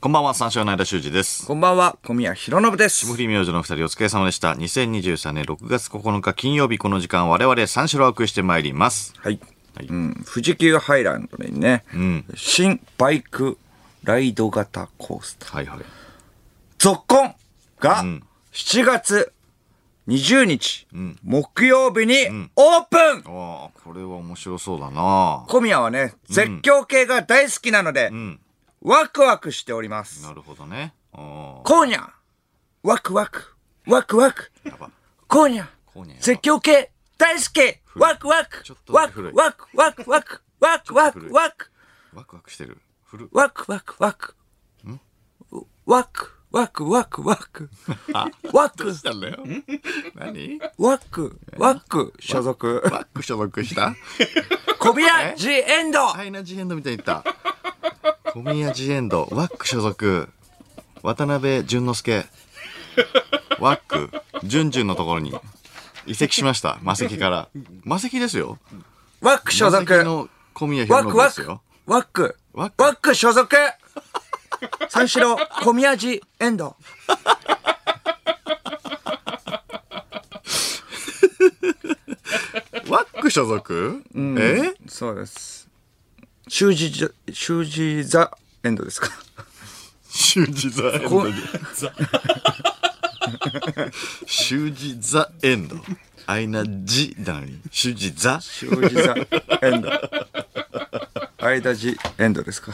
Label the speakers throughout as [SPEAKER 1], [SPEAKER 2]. [SPEAKER 1] こんばんは、三四郎の間修二です。
[SPEAKER 2] こんばんは、小宮弘信で
[SPEAKER 1] 霜降
[SPEAKER 2] す。
[SPEAKER 1] り明星のお二人お疲れ様でした。2023年6月9日金曜日この時間、我々三四郎をお送りしてまいります。
[SPEAKER 2] はい。
[SPEAKER 1] はい
[SPEAKER 2] うん、富士急ハイランドにね、
[SPEAKER 1] ん
[SPEAKER 2] 新バイクライド型コースター、
[SPEAKER 1] はいはい。
[SPEAKER 2] ゾッコンが
[SPEAKER 1] ん
[SPEAKER 2] 7月20日、
[SPEAKER 1] ん
[SPEAKER 2] 木曜日にオープン、
[SPEAKER 1] ああ、これは面白そうだな
[SPEAKER 2] 小宮はね、絶叫系が大好きなので、
[SPEAKER 1] うん。
[SPEAKER 2] ワクワクしております。
[SPEAKER 1] なるほどね。あ
[SPEAKER 2] 今夜、ワクワク、ワクワク、
[SPEAKER 1] あ、やば。
[SPEAKER 2] 今夜、
[SPEAKER 1] 今夜やば
[SPEAKER 2] 絶叫系大好きワクワク
[SPEAKER 1] ちょっとだ
[SPEAKER 2] ワ
[SPEAKER 1] け古
[SPEAKER 2] ク
[SPEAKER 1] い
[SPEAKER 2] ワクワクワクワクワクワク
[SPEAKER 1] ワクワクしてる。ふる。
[SPEAKER 2] ワクワクワクワクワクワクワ クワク
[SPEAKER 1] したんだよ。何
[SPEAKER 2] ワクワク所属
[SPEAKER 1] ワック所属した
[SPEAKER 2] コビアジエンド
[SPEAKER 1] アイナ・ジ・エンドみたいに言った。小宮・ジ・エンド、ワック所属、渡辺淳之介、ワック、淳淳のところに移籍しました、魔石から。魔石ですよ。
[SPEAKER 2] ワク所属
[SPEAKER 1] 魔石の小宮
[SPEAKER 2] ワ
[SPEAKER 1] 弘
[SPEAKER 2] ク
[SPEAKER 1] 信で
[SPEAKER 2] ワ
[SPEAKER 1] す
[SPEAKER 2] ク
[SPEAKER 1] よ。
[SPEAKER 2] ワク
[SPEAKER 1] ワ
[SPEAKER 2] ワ
[SPEAKER 1] ク
[SPEAKER 2] ク所 属三四郎コミアジエンド
[SPEAKER 1] ワック所属、え
[SPEAKER 2] そうです習字じゃ習字ザエンドですか
[SPEAKER 1] 修二ザ・エンドに。修二ザ・エンド。アイナ・ジなのに、修二ザ・
[SPEAKER 2] 習字 ザエンド間字エンドですか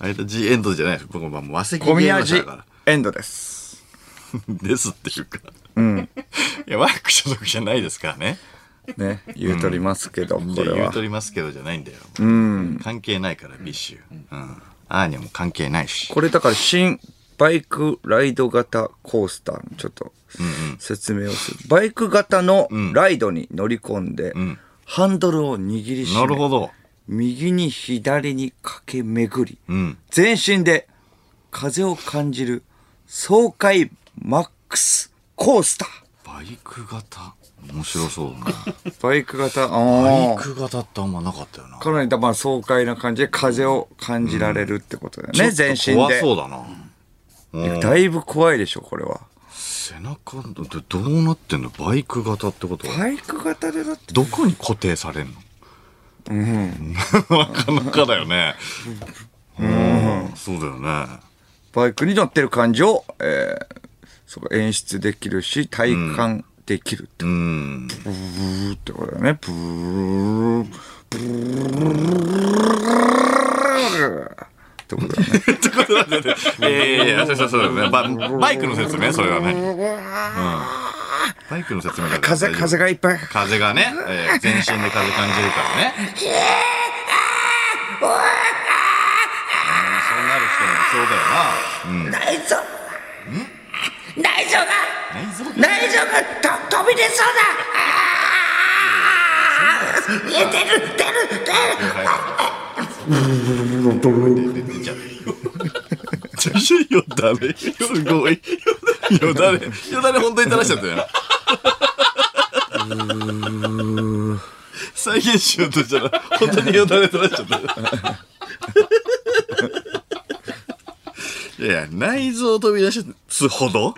[SPEAKER 1] アイナ・ジ・エンドじゃないです。僕も魔石
[SPEAKER 2] コミア
[SPEAKER 1] 芸能者
[SPEAKER 2] ジ
[SPEAKER 1] だから
[SPEAKER 2] エンドです
[SPEAKER 1] ですっていうか。いや、ワーク所属じゃないですからね。
[SPEAKER 2] ね言うとりますけど、こ
[SPEAKER 1] で
[SPEAKER 2] れ
[SPEAKER 1] 言う
[SPEAKER 2] は
[SPEAKER 1] とりますけどじゃないんだよ。関係ないから、ビッシュ。うん。アーニャも関係ないし。
[SPEAKER 2] これだから新バイクライド型コースターのちょっと説明をする、バイク型のライドに乗り込んで、ハンドルを握りしめ
[SPEAKER 1] なるほど。
[SPEAKER 2] 右に左に駆け巡り、
[SPEAKER 1] うん。
[SPEAKER 2] 全身で風を感じる爽快マックスコースター
[SPEAKER 1] バイク型面白そうだな。
[SPEAKER 2] バイク型あ
[SPEAKER 1] バイ
[SPEAKER 2] ー
[SPEAKER 1] ク型ってあんまなかったよな。
[SPEAKER 2] かなりだまあ爽快な感じで風を感じられるってことだよね、全身
[SPEAKER 1] ちょっと
[SPEAKER 2] で
[SPEAKER 1] 怖そうだな。うん
[SPEAKER 2] だいぶ怖いでしょこれは
[SPEAKER 1] 背中のど、どうなってんのバイク型ってことは。
[SPEAKER 2] バイク型でだって
[SPEAKER 1] どこに固定されんの うん。なかなかだよね。うん。そうだよね。
[SPEAKER 2] バイクに乗ってる感じを、えー、そうか演出できるし体感できるって
[SPEAKER 1] うん。
[SPEAKER 2] ブーってことだよねブーブーってことだよね
[SPEAKER 1] ええいやそうそうそうだね。ババイクの説明それはね。うん。バイクの説明だから
[SPEAKER 2] 風
[SPEAKER 1] 大丈夫
[SPEAKER 2] 風がいっぱい
[SPEAKER 1] 風がね、えー全身で風感じる からね。うんそうなる人もそうだよな。うん。
[SPEAKER 2] 内臓内臓が
[SPEAKER 1] 内臓が
[SPEAKER 2] 内臓がと飛び出そうだ出てる出る出る
[SPEAKER 1] 出てんじゃねえよ。よだれ。すごい。よだれ。よだれ本当に垂らしちゃったよ。再現しようとしたら、本当によだれ垂らしちゃったよ。いやいや、内臓飛び出すほど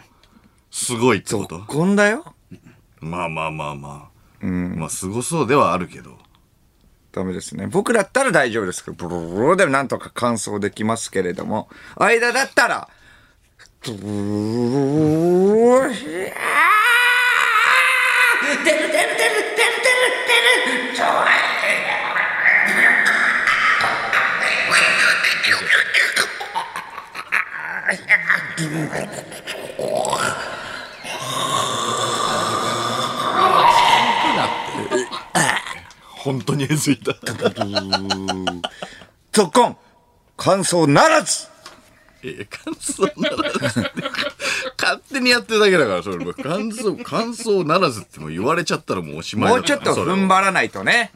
[SPEAKER 1] すごいってこと
[SPEAKER 2] こんだよ
[SPEAKER 1] まあまあまあまあ。まあ、すごそうではあるけど。
[SPEAKER 2] ダメですね。僕だったら大丈夫ですけど、ブルブルでもなんとか乾燥できますけれども、間だったら、ブルブルブルブル
[SPEAKER 1] 本当にえずいた。
[SPEAKER 2] ゾッコン乾燥ならず
[SPEAKER 1] ええ感想ならずって勝手にやってるだけだからそれもう感想感想ならずってもう言われちゃったらもうおしまい
[SPEAKER 2] も
[SPEAKER 1] だ
[SPEAKER 2] うちょっと踏ん張らないとね。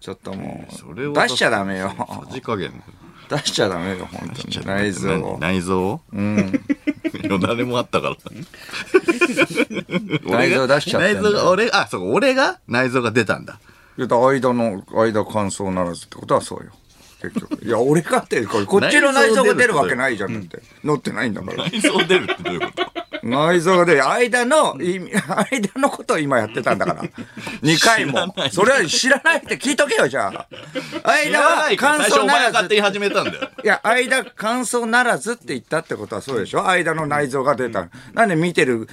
[SPEAKER 2] ちょっとも
[SPEAKER 1] それ
[SPEAKER 2] う、
[SPEAKER 1] は
[SPEAKER 2] 出しちゃダメよ。
[SPEAKER 1] さじ加減
[SPEAKER 2] 出しちゃダメよ、本当に。内臓
[SPEAKER 1] 何
[SPEAKER 2] を。
[SPEAKER 1] 内臓をよだれもあったから
[SPEAKER 2] 内臓出しちゃったん
[SPEAKER 1] 内
[SPEAKER 2] だ
[SPEAKER 1] 臓が俺あそうか俺が内臓が出たんだ
[SPEAKER 2] いや間の、間乾燥ならずってことはそうよ。結局。いや、俺かって、これこっちの内臓が出るわけないじゃんだって。乗ってないんだから。
[SPEAKER 1] 内臓出るってどういうこと
[SPEAKER 2] 内臓が出る。間の、意味 間のことを今やってたんだから。2
[SPEAKER 1] 知
[SPEAKER 2] 回
[SPEAKER 1] ら
[SPEAKER 2] も
[SPEAKER 1] な。い
[SPEAKER 2] それは知らないって聞いとけよ、じゃあ。間は
[SPEAKER 1] 感
[SPEAKER 2] 感
[SPEAKER 1] 想
[SPEAKER 2] 想
[SPEAKER 1] お
[SPEAKER 2] な
[SPEAKER 1] 前が
[SPEAKER 2] ら
[SPEAKER 1] 勝
[SPEAKER 2] ず
[SPEAKER 1] 手。に始めたんだよ。
[SPEAKER 2] いや、間、感想ならずって言ったってことはそうでしょ間の内臓が出た。なんで見てる、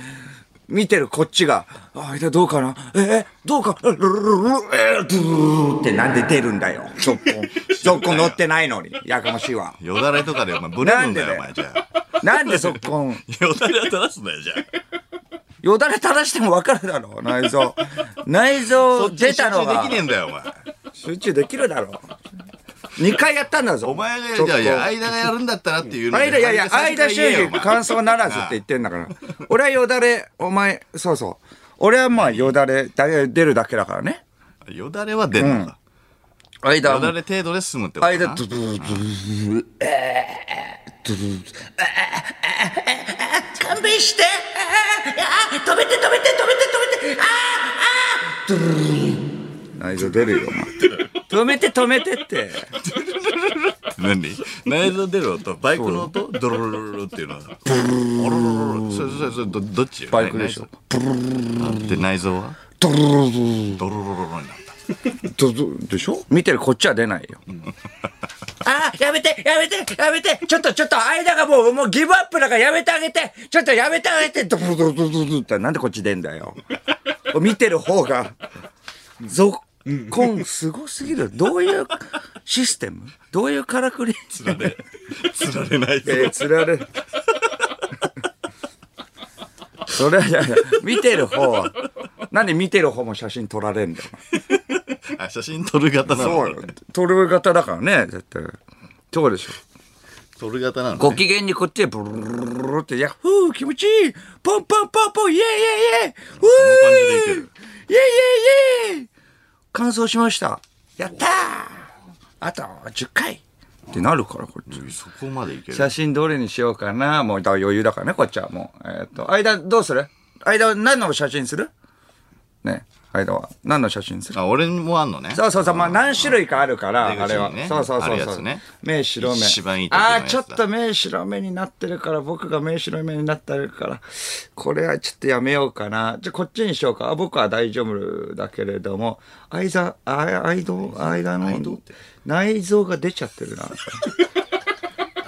[SPEAKER 2] 見てるこっちが、あ間どうかなえどうかルルルルルえードゥルルルってなんで出るんだよ。ゾッコン。ゾッコン乗ってないのに。やかましいわ。
[SPEAKER 1] よだれとかでお前ブレるんだよ、お
[SPEAKER 2] なん
[SPEAKER 1] 前じ
[SPEAKER 2] でだ
[SPEAKER 1] ゃあ。
[SPEAKER 2] なんでゾッコン。
[SPEAKER 1] よだれは垂らすなよ、じゃあ。
[SPEAKER 2] よだれ垂らしてもわかるだろう、内臓。内臓出たの
[SPEAKER 1] 集中
[SPEAKER 2] が
[SPEAKER 1] できねえんだよ、お前。
[SPEAKER 2] 集中できるだろう。2回やったんだぞ。
[SPEAKER 1] お前が、
[SPEAKER 2] ゾッ
[SPEAKER 1] い
[SPEAKER 2] コ
[SPEAKER 1] や
[SPEAKER 2] ン
[SPEAKER 1] いや、間がやるんだったらっていうのに
[SPEAKER 2] 間、いやいや、
[SPEAKER 1] 最初か
[SPEAKER 2] 間
[SPEAKER 1] ら言えよ
[SPEAKER 2] 収益感想ならずって言ってんだから。俺はよだれ、お前、そうそう。俺はまあよだれ、だ出るだけだからね。
[SPEAKER 1] お前よだれは出るのか。
[SPEAKER 2] 間
[SPEAKER 1] よだれ程度で済むってこと
[SPEAKER 2] 間、
[SPEAKER 1] かな
[SPEAKER 2] ドゥドゥドゥドゥドゥドゥドゥドゥドゥドゥドゥドゥ勘弁してあーあー止めて止めて止めて止めてあーあードゥルルルル内臓出るよ、お前止めて止めてって。
[SPEAKER 1] 何内臓出る音バイクの音ドロロロロっていうのはドロロロロそれそれそれどどっち
[SPEAKER 2] バイクでしょ
[SPEAKER 1] 内臓で内臓は
[SPEAKER 2] ドゥルルルルル
[SPEAKER 1] ドロロロロになった
[SPEAKER 2] どどでしょ見てるこっちは出ないよ。ああ、やめて、やめて、やめて、ちょっと、ちょっと、間がもう、もうギブアップだからやめてあげて、ちょっとやめてあげて、ドドドドドドって、なんでこっち出んだよ。見てる方が、ぞっこんすごすぎる。どういうシステムどういうからくりつられ。
[SPEAKER 1] つられないぞ
[SPEAKER 2] えー、つられ。それは、いやいや見てる方は、なんで見てる方も写真撮られんだよ。
[SPEAKER 1] あ写真撮る型なの
[SPEAKER 2] そうよ。トル型だからね、絶対。そうでしょ。
[SPEAKER 1] 撮る型なの
[SPEAKER 2] ご
[SPEAKER 1] ね
[SPEAKER 2] 機嫌にこっちでブルルルルルルって、ヤッフー気持ちいいポンポンポンポンイェイイェイイェイふ
[SPEAKER 1] この感じでいけ
[SPEAKER 2] ぅ
[SPEAKER 1] る
[SPEAKER 2] イェイイェイイェイ乾燥しました。やったーあと10回ってなるから、これ。
[SPEAKER 1] そこまでいける
[SPEAKER 2] 写真どれにしようかな。もう、だから余裕だからね、こっちはもう。えーっと、間どうする間は何の写真するね、間は。何の写真する
[SPEAKER 1] あ俺もあんのね
[SPEAKER 2] そうそうそう、まあ何種類かあるから、
[SPEAKER 1] 出口に
[SPEAKER 2] あれは
[SPEAKER 1] ね。
[SPEAKER 2] そうそうそ
[SPEAKER 1] あ
[SPEAKER 2] う
[SPEAKER 1] るや
[SPEAKER 2] そ
[SPEAKER 1] つ
[SPEAKER 2] う、
[SPEAKER 1] ね
[SPEAKER 2] 目白目。
[SPEAKER 1] 一番いい時の
[SPEAKER 2] あ
[SPEAKER 1] や
[SPEAKER 2] あ
[SPEAKER 1] つだ
[SPEAKER 2] ー、ちょっと目白目になってるから、僕が目白目になってるから、これはちょっとやめようかな。じゃあこっちにしようか。あ僕は大丈夫だけれども、間、あ間の、間の、内臓が出ちゃってるな。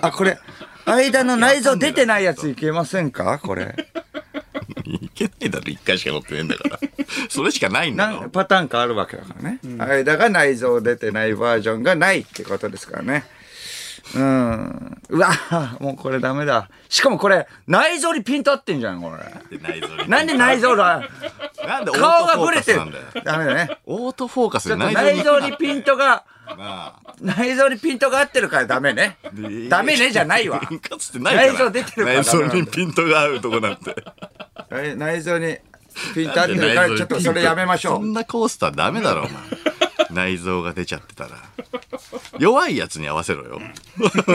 [SPEAKER 2] あ、これ、間の内臓出てないやついけませんかこれ。
[SPEAKER 1] いけないだろ一回しか乗ってねえんだからそれしかないんだ
[SPEAKER 2] 何
[SPEAKER 1] よ
[SPEAKER 2] パターンかあるわけだからね、間が内臓出てないバージョンがないってことですからねうんうわもうこれダメだしかもこれ内臓にピント合ってんじゃんこれ
[SPEAKER 1] 内臓に
[SPEAKER 2] なんで内 臓だ
[SPEAKER 1] なんでオート
[SPEAKER 2] 顔が
[SPEAKER 1] フォ
[SPEAKER 2] ブ
[SPEAKER 1] ー
[SPEAKER 2] レ
[SPEAKER 1] カス
[SPEAKER 2] てる
[SPEAKER 1] なんだよ
[SPEAKER 2] ダメだね
[SPEAKER 1] オートフォーカス
[SPEAKER 2] ち
[SPEAKER 1] で
[SPEAKER 2] ょっと
[SPEAKER 1] 内臓に
[SPEAKER 2] 内臓にピントが
[SPEAKER 1] なあ
[SPEAKER 2] 内臓にピントが合ってるからダメねダメねじゃないわ
[SPEAKER 1] ピンカツってないから
[SPEAKER 2] 内臓出てるから
[SPEAKER 1] 内臓にピントが合うとこなんて
[SPEAKER 2] 内内臓にピント合ってるからちょっとそれやめましょ
[SPEAKER 1] そ
[SPEAKER 2] うん
[SPEAKER 1] なコースターダメだろお前内臓が出ちゃってたら弱いやつに合わせろよ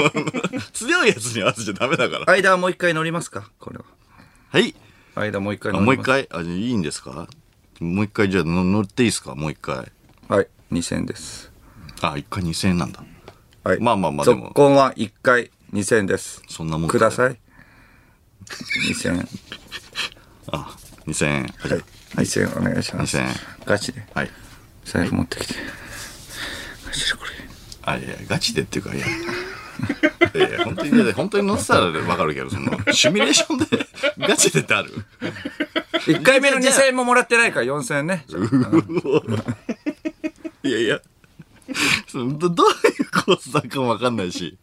[SPEAKER 1] 強いやつに合わせちゃダメだから
[SPEAKER 2] 間はもう一回乗りますかこれは
[SPEAKER 1] はい
[SPEAKER 2] 間もう一回
[SPEAKER 1] あ
[SPEAKER 2] 乗り
[SPEAKER 1] も
[SPEAKER 2] ま
[SPEAKER 1] う
[SPEAKER 2] す
[SPEAKER 1] 一回あじゃあいいんですかもう一回じゃあの乗っていいですかもう一回
[SPEAKER 2] はい2000です
[SPEAKER 1] あ一回2000円なんだ
[SPEAKER 2] はい。
[SPEAKER 1] まあまあまあでも
[SPEAKER 2] 続婚は1回2000です。
[SPEAKER 1] そんなもんか
[SPEAKER 2] ください。2000円。
[SPEAKER 1] あ2000円は
[SPEAKER 2] はい。2000円お願いします。
[SPEAKER 1] 2000円
[SPEAKER 2] ガチで。
[SPEAKER 1] はい
[SPEAKER 2] 財布持ってきて。ガチでこ
[SPEAKER 1] あいやガチでっていうかいや いやいや本当にいや本当に乗ってたら分かるけどそのシミュレーションでガチでってある
[SPEAKER 2] れ。1回目の2000円ももらってないから4000円ね。
[SPEAKER 1] いやいやそのどどういうコースだかも分かんないし、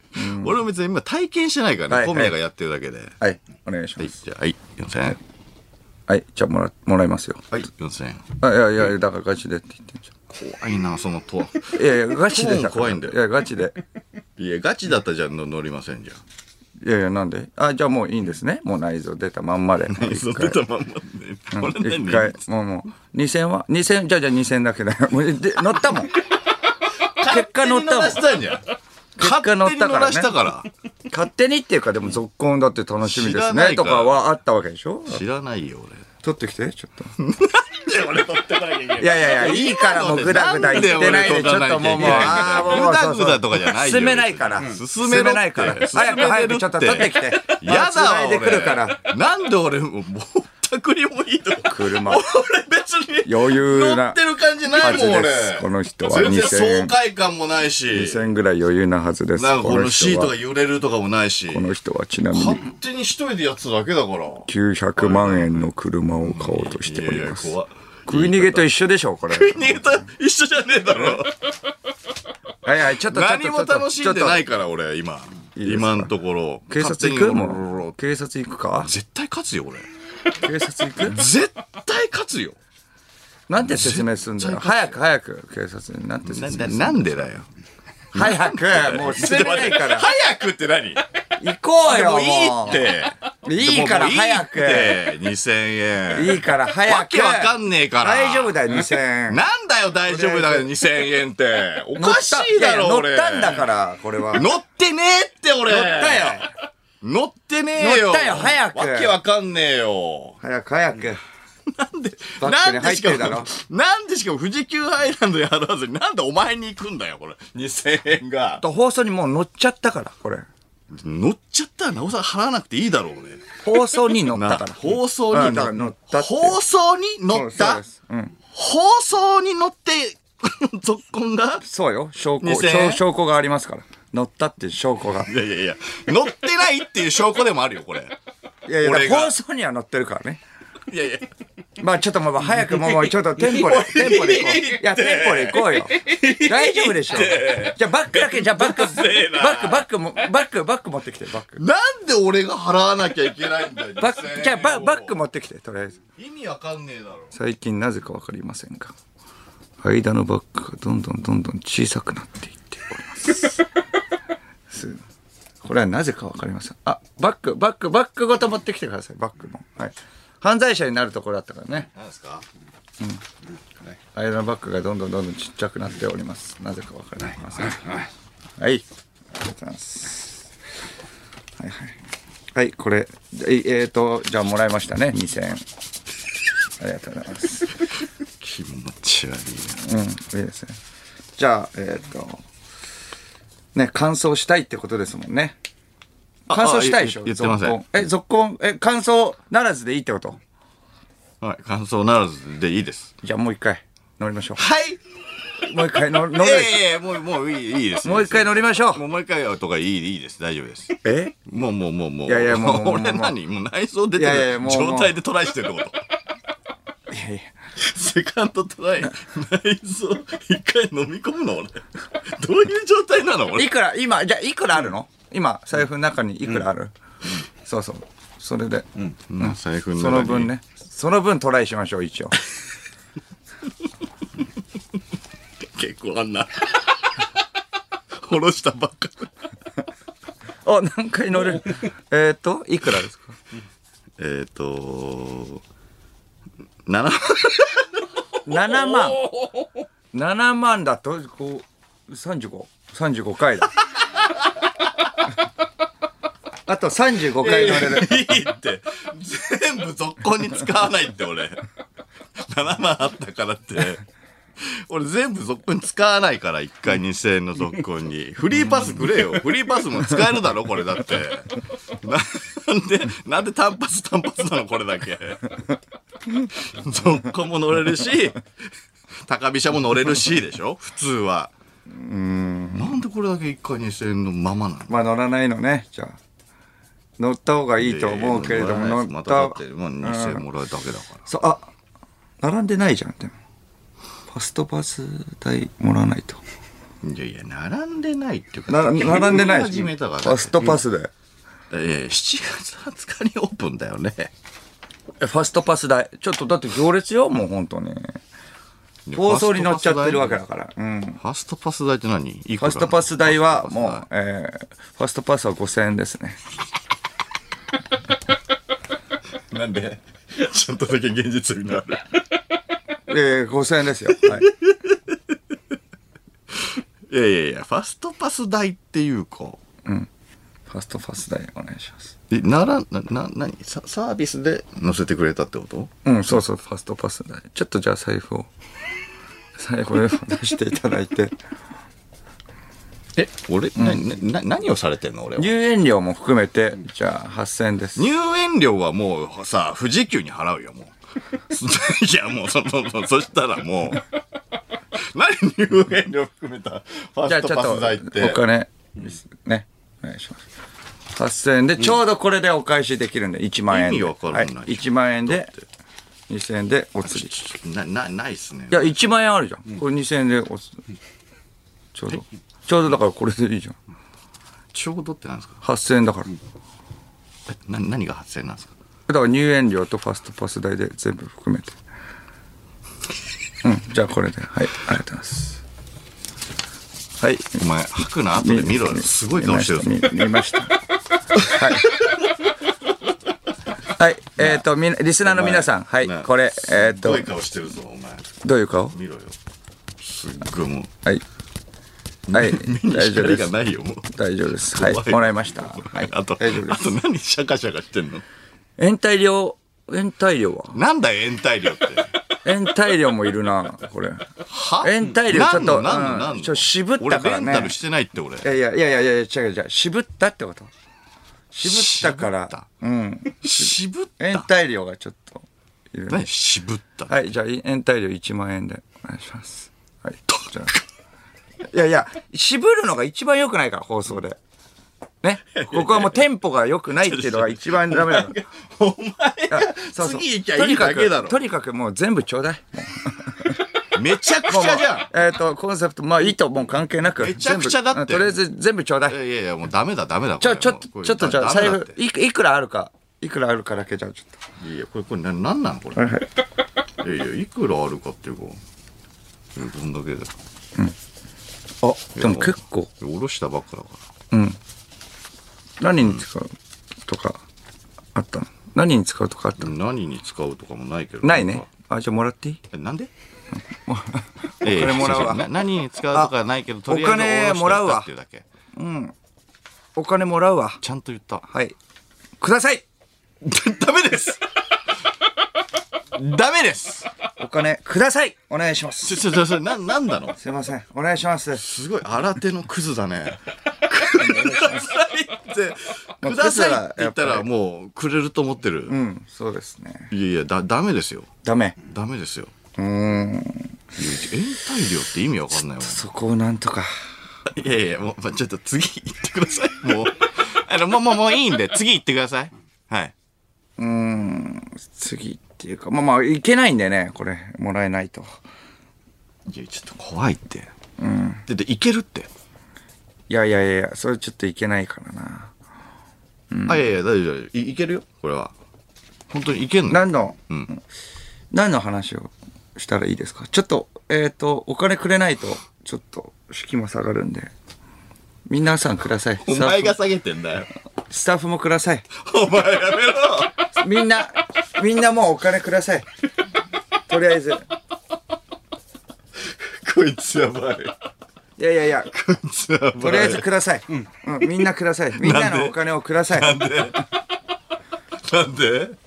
[SPEAKER 1] 俺も別に今体験してないから
[SPEAKER 2] は
[SPEAKER 1] ね
[SPEAKER 2] い
[SPEAKER 1] 小宮がやってるだけで、はい
[SPEAKER 2] はい。お願いします。
[SPEAKER 1] じゃあはい4000円
[SPEAKER 2] はい。じゃあもら、もらいますよ。
[SPEAKER 1] はい4000円
[SPEAKER 2] あいやいや、だからガチでって言ってんじ
[SPEAKER 1] 怖いなそのと
[SPEAKER 2] ゃん。いやいや、ガチで
[SPEAKER 1] トーン怖いんだよ
[SPEAKER 2] いや、ガチで。
[SPEAKER 1] いやガチだったらじゃあの乗りませんじゃん
[SPEAKER 2] いやいや、なんであ、じゃあもういいんですね。もう内臓出たま んまで。内
[SPEAKER 1] 乗ってたまんまでこれ
[SPEAKER 2] 一
[SPEAKER 1] 何
[SPEAKER 2] 回、もうもう、2000は ?2000、じゃあじゃあ2000だけだよ。もうで乗ったもん。結果乗ったもん
[SPEAKER 1] 勝手に乗ら。したんじゃん
[SPEAKER 2] 結果乗ったから
[SPEAKER 1] 勝手に乗ら
[SPEAKER 2] ね
[SPEAKER 1] したから
[SPEAKER 2] 勝手にっていうか、でも続婚だって楽しみで
[SPEAKER 1] 知ら
[SPEAKER 2] す
[SPEAKER 1] な
[SPEAKER 2] ね。
[SPEAKER 1] いか
[SPEAKER 2] と
[SPEAKER 1] ら
[SPEAKER 2] かはあったわけでしょ
[SPEAKER 1] 知らないよ俺
[SPEAKER 2] 取ってきて、ちょっと。
[SPEAKER 1] で俺取ってこなきゃいけない
[SPEAKER 2] いやいやいや、いいからもうグダグダ言ってないで、ちょっともうもう、ああ、もうもう、
[SPEAKER 1] グダ
[SPEAKER 2] そう
[SPEAKER 1] グ
[SPEAKER 2] そ
[SPEAKER 1] ダ
[SPEAKER 2] う
[SPEAKER 1] とかじゃないよ。
[SPEAKER 2] 進めないから。
[SPEAKER 1] 進めろって
[SPEAKER 2] ないから。
[SPEAKER 1] 進め
[SPEAKER 2] 早
[SPEAKER 1] れる
[SPEAKER 2] く
[SPEAKER 1] って
[SPEAKER 2] 早くちょっと取ってきて。
[SPEAKER 1] やだわ
[SPEAKER 2] 繋いでくるから。
[SPEAKER 1] 俺なんで俺もうぼったくりもいいとこ
[SPEAKER 2] 車
[SPEAKER 1] 俺別に
[SPEAKER 2] 余裕
[SPEAKER 1] 乗
[SPEAKER 2] な
[SPEAKER 1] ってる感じないもん
[SPEAKER 2] はず
[SPEAKER 1] 俺
[SPEAKER 2] ですこの人は
[SPEAKER 1] 全然
[SPEAKER 2] 2000
[SPEAKER 1] 爽快感もないし
[SPEAKER 2] 2000ぐらい余裕なはずです。
[SPEAKER 1] なんかこのシー
[SPEAKER 2] 人
[SPEAKER 1] ト
[SPEAKER 2] は
[SPEAKER 1] が揺れるとかもないし
[SPEAKER 2] この人はちなみ
[SPEAKER 1] 勝
[SPEAKER 2] に
[SPEAKER 1] 手に一人でやってただけだから
[SPEAKER 2] 900万円の車を買おうとしております。
[SPEAKER 1] いやいや怖い
[SPEAKER 2] 食い逃げと一緒でしょ、これ。
[SPEAKER 1] 逃げた一緒じゃねえだろ
[SPEAKER 2] はいはい、ちょっとちょっと。
[SPEAKER 1] 何も楽しんでないいから俺今
[SPEAKER 2] いいですか
[SPEAKER 1] 今んところ
[SPEAKER 2] 警察行く
[SPEAKER 1] 勝手にロロロ
[SPEAKER 2] も
[SPEAKER 1] ロ
[SPEAKER 2] う。警察行くか
[SPEAKER 1] 絶対勝つよ俺
[SPEAKER 2] 警察行く
[SPEAKER 1] 絶対勝つよ
[SPEAKER 2] なんて説明すんだよ。早く早く、警察に。なんて説明すんだよ
[SPEAKER 1] なんでだよ
[SPEAKER 2] 早く、 もう進めないから。
[SPEAKER 1] 早くって何
[SPEAKER 2] 行こうよ。
[SPEAKER 1] もういいって
[SPEAKER 2] て。いいから早
[SPEAKER 1] もうい
[SPEAKER 2] く。
[SPEAKER 1] いって2000円
[SPEAKER 2] いいから
[SPEAKER 1] わ
[SPEAKER 2] 早く。
[SPEAKER 1] けわかんねえから
[SPEAKER 2] 大丈夫だよ、2000円。
[SPEAKER 1] なんだよ大丈夫だから2000円って おかしいだろ
[SPEAKER 2] 乗っ
[SPEAKER 1] 俺
[SPEAKER 2] たいやいや乗ったんだから、これは。乗っ
[SPEAKER 1] 乗ってねえって俺
[SPEAKER 2] たよ。
[SPEAKER 1] 乗ってねえよ
[SPEAKER 2] 乗ったよ早く
[SPEAKER 1] わけわかんねえよ
[SPEAKER 2] 早く早く。
[SPEAKER 1] なんで
[SPEAKER 2] バッグに入ってるだ
[SPEAKER 1] な
[SPEAKER 2] ろ
[SPEAKER 1] んでしかもなんでしかも富士急ハイランドに払わずになんでお前に行くんだよこれ2000円が
[SPEAKER 2] と放送にもう乗っちゃったから、これ。
[SPEAKER 1] 乗っちゃったらなおさら払わなくていいだろうね
[SPEAKER 2] 放送に乗った
[SPEAKER 1] な
[SPEAKER 2] から。
[SPEAKER 1] 放送に
[SPEAKER 2] うんだから
[SPEAKER 1] 乗
[SPEAKER 2] 乗
[SPEAKER 1] っ
[SPEAKER 2] ったって
[SPEAKER 1] 放送に乗っ
[SPEAKER 2] そう
[SPEAKER 1] た
[SPEAKER 2] ですうん。
[SPEAKER 1] 放送に乗って 続婚が
[SPEAKER 2] そうよ。証拠、
[SPEAKER 1] 2000円
[SPEAKER 2] 証証拠がありますから。乗ったっていう証拠が。
[SPEAKER 1] いやいやいや乗ってないっていう証拠でもあるよこれ
[SPEAKER 2] いやい
[SPEAKER 1] 俺
[SPEAKER 2] や、
[SPEAKER 1] が
[SPEAKER 2] 放送には乗ってるからね。
[SPEAKER 1] いやいや
[SPEAKER 2] まあちょっともう早くもう もうちょっとテンポで、テンポで行こう。いや、テンポで行こうよ。大丈夫で しょ。じゃあバックだけ、じゃあバック、バ
[SPEAKER 1] せえな
[SPEAKER 2] ック、バックも、バック、バック持ってきて、バック。
[SPEAKER 1] なんで俺が払わなきゃいけないんだよ
[SPEAKER 2] バック、じゃあババック持ってきて、とりあえず。
[SPEAKER 1] 意味わかんねえだろ
[SPEAKER 2] 最近なぜかわかりませんが、間のバックがどんどんどんどん小さくなっていっております。すこれはなぜかわかりません。あ、バック、バック、バックごと持ってきてください、バックも。はい。犯罪者になるところだったからね。
[SPEAKER 1] なんですか
[SPEAKER 2] アイロンバッグがどんどんどんどんちっちゃくなっております。なぜかわからないません。はい。ありがとうございます。はいはい。はい、これ、えっ、えーと、じゃあもらいましたね、2000円。ありがとうございます。
[SPEAKER 1] 気持ち悪い
[SPEAKER 2] うん、いいですね。じゃあ、えっ、と、ね、乾燥したいってことですもんね。乾燥したいでしょ
[SPEAKER 1] ああ言ってません
[SPEAKER 2] 続婚え、続婚、え、乾燥ならずでいいってこと
[SPEAKER 1] なはい感想ならずでいいです
[SPEAKER 2] じゃあもう一回乗りましょ。
[SPEAKER 1] はいいう
[SPEAKER 2] もう一回乗乗る
[SPEAKER 1] や いやいやもうもういいいいです
[SPEAKER 2] もう一回乗りましょう。
[SPEAKER 1] もうもう一回とかいいいいです大丈夫です
[SPEAKER 2] え
[SPEAKER 1] もうもうもうもう
[SPEAKER 2] いやいやもうもうもう
[SPEAKER 1] 俺何もう内装出て
[SPEAKER 2] いやいや
[SPEAKER 1] る
[SPEAKER 2] もう
[SPEAKER 1] 状態でトライしてるってこと
[SPEAKER 2] いやいや。
[SPEAKER 1] セカンドトライ、内臓、一回飲み込むの俺。どういう状態なの俺。
[SPEAKER 2] いくら、今、じゃあいくらあるの今、財布の中にいくらある、そうそう。それで、
[SPEAKER 1] まあ、財布
[SPEAKER 2] その分。ね。その分トライしましょ う、一応。
[SPEAKER 1] 結構あんな。 おろしたばっか。
[SPEAKER 2] あ、何回乗るえっと、いくらですか
[SPEAKER 1] えっと、7
[SPEAKER 2] ?7 万。7万だと、こう、35。35回だ。 あと35回乗れる。
[SPEAKER 1] いいって。全部続行に使わないって俺。7万あったからって。俺全部続行に使わないから、1回2000円の続行に。フリーパスくれよ。フリーパスも使えるだろ、これだって。なんで、なんで単発単発なの、これだけ。続行も乗れるし、高飛車も乗れるしでしょ、普通は。なんでこれだけ1回2000円のままなの
[SPEAKER 2] まあ乗らないのね、じゃあ。乗った方がいいと思うけれども、
[SPEAKER 1] いやいや
[SPEAKER 2] 乗
[SPEAKER 1] ま
[SPEAKER 2] った
[SPEAKER 1] だ
[SPEAKER 2] た。
[SPEAKER 1] って、まあ、2000円もらえるだけだから。
[SPEAKER 2] そうあ並んでないじゃんでもファストパス代もらわないと
[SPEAKER 1] いやいや、並んでないっていうか、
[SPEAKER 2] な並んでない
[SPEAKER 1] 始
[SPEAKER 2] じゃん
[SPEAKER 1] めたから。
[SPEAKER 2] ファストパスで
[SPEAKER 1] ええ、7月20日にオープンだよね。
[SPEAKER 2] えファストパス代ちょっとだって行列よもう本当に 放送に乗っちゃってるわけだからうんフ
[SPEAKER 1] ファストパス代って何いく
[SPEAKER 2] ァ
[SPEAKER 1] ら
[SPEAKER 2] ストパス代は
[SPEAKER 1] ファスト
[SPEAKER 2] も
[SPEAKER 1] パス
[SPEAKER 2] う、えーファストパスは5000円です ね
[SPEAKER 1] 代なんで、 ちょっとだけ現実になる。
[SPEAKER 2] えー、5000円ですよ、はい、
[SPEAKER 1] いやいやいや、ファストパス代っていうか、
[SPEAKER 2] ファストパス代お願いします。
[SPEAKER 1] えならなな何ササービスで載せてくれたってこと
[SPEAKER 2] うん、そうそう、ファストパス代。ちょっとじゃあ財布を、財布を出していただ いて。
[SPEAKER 1] え俺、ななな何をされてんの俺は
[SPEAKER 2] 入園料も含めて、じゃあ8000円です。
[SPEAKER 1] 入園料はもうさ富士急に払うよもう いやもうそそそそしたらもう何入園料含めたファ
[SPEAKER 2] じゃ
[SPEAKER 1] ー
[SPEAKER 2] あ
[SPEAKER 1] スト
[SPEAKER 2] ちょ
[SPEAKER 1] パ
[SPEAKER 2] っと
[SPEAKER 1] ス代って
[SPEAKER 2] お金、ね、お願いします。8000円で、ちょうどこれでお返しできるんで、1万円で。
[SPEAKER 1] 意味わかんない
[SPEAKER 2] はい、1万円で、2000円でお釣り。い
[SPEAKER 1] ななないっすね
[SPEAKER 2] や、1万円あるじゃん。これ2000円でお釣り。ちょうど。ちょうどだからこれでいいじゃん。
[SPEAKER 1] ちょうどってなんですか
[SPEAKER 2] 8000円だから。
[SPEAKER 1] えな何が発生なんですか
[SPEAKER 2] だから入園料とファストパス代で全部含めて。うん、じゃあこれで。はい、ありがとうございます。はい。
[SPEAKER 1] お前吐くな後で見ろよすごい顔してるぞ
[SPEAKER 2] 見ました見見ました。はい。はい、えっ、と、みな、リスナーの皆さん、は
[SPEAKER 1] ね
[SPEAKER 2] い、これ、えっ、
[SPEAKER 1] すごい
[SPEAKER 2] と、
[SPEAKER 1] 顔してるぞお前
[SPEAKER 2] どういう顔
[SPEAKER 1] 見ろよすっごいもう
[SPEAKER 2] はい。はい、大丈夫
[SPEAKER 1] 光
[SPEAKER 2] で
[SPEAKER 1] が
[SPEAKER 2] す。
[SPEAKER 1] ないよもう
[SPEAKER 2] 大丈夫です。はい
[SPEAKER 1] 怖、い
[SPEAKER 2] もらいました。はい、
[SPEAKER 1] あと、
[SPEAKER 2] 大丈夫で
[SPEAKER 1] あ
[SPEAKER 2] す
[SPEAKER 1] と。何シャカシャカしてんの
[SPEAKER 2] 延滞料、延滞料は
[SPEAKER 1] なんだよ延滞料って。
[SPEAKER 2] 延滞料もいるな、これ。
[SPEAKER 1] は
[SPEAKER 2] 延滞料ちょっと
[SPEAKER 1] なんの
[SPEAKER 2] うん
[SPEAKER 1] なんの
[SPEAKER 2] ちょっと渋ったからね
[SPEAKER 1] 俺レンタルしてないって俺。
[SPEAKER 2] いやいやいやいやいや、違う違う、渋ったってこと。渋ったか
[SPEAKER 1] 渋った
[SPEAKER 2] ら、うん。
[SPEAKER 1] 渋っ
[SPEAKER 2] 延
[SPEAKER 1] た。
[SPEAKER 2] 滞料がちょっといるね。
[SPEAKER 1] 何渋った。
[SPEAKER 2] はい、じゃあ、い延滞料1万円でお願いします。はい。じゃあいやいや、渋るのが一番良くないから、放送で。ね。ここはもうテンポが良くないっていうのが一番ダメだから。
[SPEAKER 1] お前が
[SPEAKER 2] そうそう
[SPEAKER 1] 次行きゃいいだけだろ
[SPEAKER 2] と。にかくとにかくもう全部ちょうだい。もう
[SPEAKER 1] めちゃくちゃじゃん。
[SPEAKER 2] えっと、コンセプト、まあいいともう関係なく。
[SPEAKER 1] めちゃくちゃだって
[SPEAKER 2] 全部うんとりあえず全部ちょうだい
[SPEAKER 1] い。やいやいや、もうダメだダメだ。
[SPEAKER 2] ちょ、
[SPEAKER 1] これ
[SPEAKER 2] ちょっ
[SPEAKER 1] も
[SPEAKER 2] と、
[SPEAKER 1] う
[SPEAKER 2] ちょっと、じゃあ、
[SPEAKER 1] ダメだっ
[SPEAKER 2] 財布
[SPEAKER 1] て、
[SPEAKER 2] いくいくらあるか、いくらあるかだけじゃあ、ちょっ
[SPEAKER 1] いやいや、これ、これ、な、なんなんこれ。いやいや、いくらあるかっていうか。えどんだけだよ。
[SPEAKER 2] と。あ、でも結構、
[SPEAKER 1] おろしたばっかだから。
[SPEAKER 2] 何に使うとか、あったの何に使うとかあったの
[SPEAKER 1] 何に使うとかもないけど。
[SPEAKER 2] ない
[SPEAKER 1] んか
[SPEAKER 2] ね。あ、じゃあもらっていい
[SPEAKER 1] えなんでお
[SPEAKER 2] お金もらうわ
[SPEAKER 1] 何に使うとかないけど、とりあえず
[SPEAKER 2] お金もらう
[SPEAKER 1] 下ろ
[SPEAKER 2] わ
[SPEAKER 1] しておいたっていうだけ。
[SPEAKER 2] お金もらうわ。
[SPEAKER 1] ちゃんと言った。
[SPEAKER 2] はい。ください
[SPEAKER 1] ダメですダメです
[SPEAKER 2] お金、くださいお願いします。
[SPEAKER 1] ちょ、ちょ、ちょ、それ、な、なんだの
[SPEAKER 2] すいません。お願いします。
[SPEAKER 1] すごい、新手のクズだ ね。くださいって、
[SPEAKER 2] まあ
[SPEAKER 1] くださいって言った
[SPEAKER 2] クズはやっ
[SPEAKER 1] ら
[SPEAKER 2] ぱり
[SPEAKER 1] もう、くれると思ってる。
[SPEAKER 2] うん、そうですね。
[SPEAKER 1] いやいや、だ、ダメですよ。
[SPEAKER 2] ダメ。
[SPEAKER 1] ダメですよ。
[SPEAKER 2] うーん。
[SPEAKER 1] いや延滞料って意味わかんないわ。
[SPEAKER 2] そこをなんとか。
[SPEAKER 1] いやいや、もう、まちょっと次行ってください。もう、あの、もう、もう、もういいんで、次行ってください。はい。
[SPEAKER 2] うーん。次っていうか、まあまあ、いけないんでね、これ、もらえないと。
[SPEAKER 1] いや、ちょっと怖いって。うん。で、で、行けるって。
[SPEAKER 2] いやいやいやいや、それちょっといけないからな。
[SPEAKER 1] あ、いやいや、大丈夫、大丈夫。いいけるよ、これは。本当に行けんの
[SPEAKER 2] 何の、何の話をしたらいいですかちょっと、えっ、と、お金くれないと、ちょっと、士気も下がるんで。皆さんください。
[SPEAKER 1] お前が
[SPEAKER 2] スタ
[SPEAKER 1] 下
[SPEAKER 2] ッ
[SPEAKER 1] げてんだよ。
[SPEAKER 2] フスタッフもください。
[SPEAKER 1] お前やめろ
[SPEAKER 2] み んな、みんなもうお金ください。とりあえず。
[SPEAKER 1] こいつやばい。
[SPEAKER 2] いやいやいや、
[SPEAKER 1] こいつやばい。
[SPEAKER 2] とりあえずください。うん、みんなください。みんなのお金をください。
[SPEAKER 1] なんで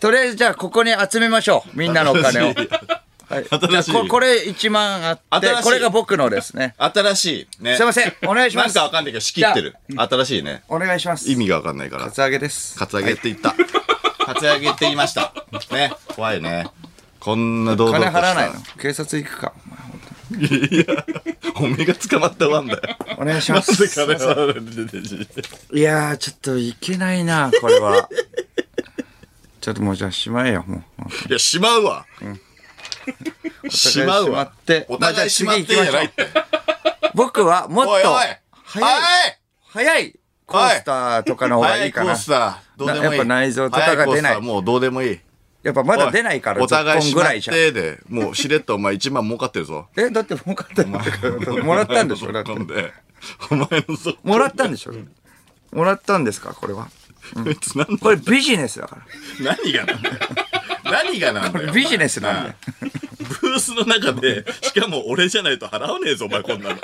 [SPEAKER 2] とりあえずじゃあ、ここに集めましょう。みんなのお金を。
[SPEAKER 1] 新しい
[SPEAKER 2] はい、じゃ
[SPEAKER 1] 新
[SPEAKER 2] あ
[SPEAKER 1] しい
[SPEAKER 2] こ、これ1万あって
[SPEAKER 1] 新しい、
[SPEAKER 2] これが僕のですね。
[SPEAKER 1] 新しい。ね。
[SPEAKER 2] すいません、お願いしま
[SPEAKER 1] なん
[SPEAKER 2] す。
[SPEAKER 1] かわかんないけど、仕切ってる。新しいね。
[SPEAKER 2] お願いします。
[SPEAKER 1] 意味がわかんないから
[SPEAKER 2] カ。ツアゲです。
[SPEAKER 1] カツアゲって言った。カツアゲって言いました。ね。怖いね。こんな堂々と
[SPEAKER 2] 金
[SPEAKER 1] した。
[SPEAKER 2] 払わないの警察行くか。
[SPEAKER 1] いや、おめえが捕まったわんだよ。
[SPEAKER 2] お願いします。
[SPEAKER 1] で金払われてて
[SPEAKER 2] いやー、ちょっといけないな、これは。 ちょっともうじゃあしまえよ、もう。
[SPEAKER 1] いや、しまうわ。しまうわ。お
[SPEAKER 2] お互
[SPEAKER 1] 互い
[SPEAKER 2] い
[SPEAKER 1] し
[SPEAKER 2] し
[SPEAKER 1] ま
[SPEAKER 2] ま
[SPEAKER 1] っ
[SPEAKER 2] ってて
[SPEAKER 1] んじゃないって。
[SPEAKER 2] 僕はもっ
[SPEAKER 1] おい
[SPEAKER 2] と
[SPEAKER 1] おい
[SPEAKER 2] 早い、早いコースターとかの方が
[SPEAKER 1] 早
[SPEAKER 2] い
[SPEAKER 1] い
[SPEAKER 2] い
[SPEAKER 1] コ
[SPEAKER 2] かな
[SPEAKER 1] ー。スター、どうでもいい。
[SPEAKER 2] やっぱ内臓とかが出な
[SPEAKER 1] 早
[SPEAKER 2] い
[SPEAKER 1] コースターもうどうでもいい。
[SPEAKER 2] やっぱまだ出ないから、
[SPEAKER 1] お互いし
[SPEAKER 2] ぐ
[SPEAKER 1] まっ
[SPEAKER 2] らいじゃん。
[SPEAKER 1] てで、もうしれっとお前1万儲かってるぞ。
[SPEAKER 2] え、だって儲かったんだからもらったんでし ょだって
[SPEAKER 1] お。前のお前のぞ。
[SPEAKER 2] もらったんでしょもらったんですかこれは。
[SPEAKER 1] こいつなんだ
[SPEAKER 2] これビジネスだから。
[SPEAKER 1] 何がなんだよ。何がなんだよ。
[SPEAKER 2] ビジネスなんだよ。
[SPEAKER 1] ブースの中で、しかも俺じゃないと払わねえぞ、お前こんなの。
[SPEAKER 2] いい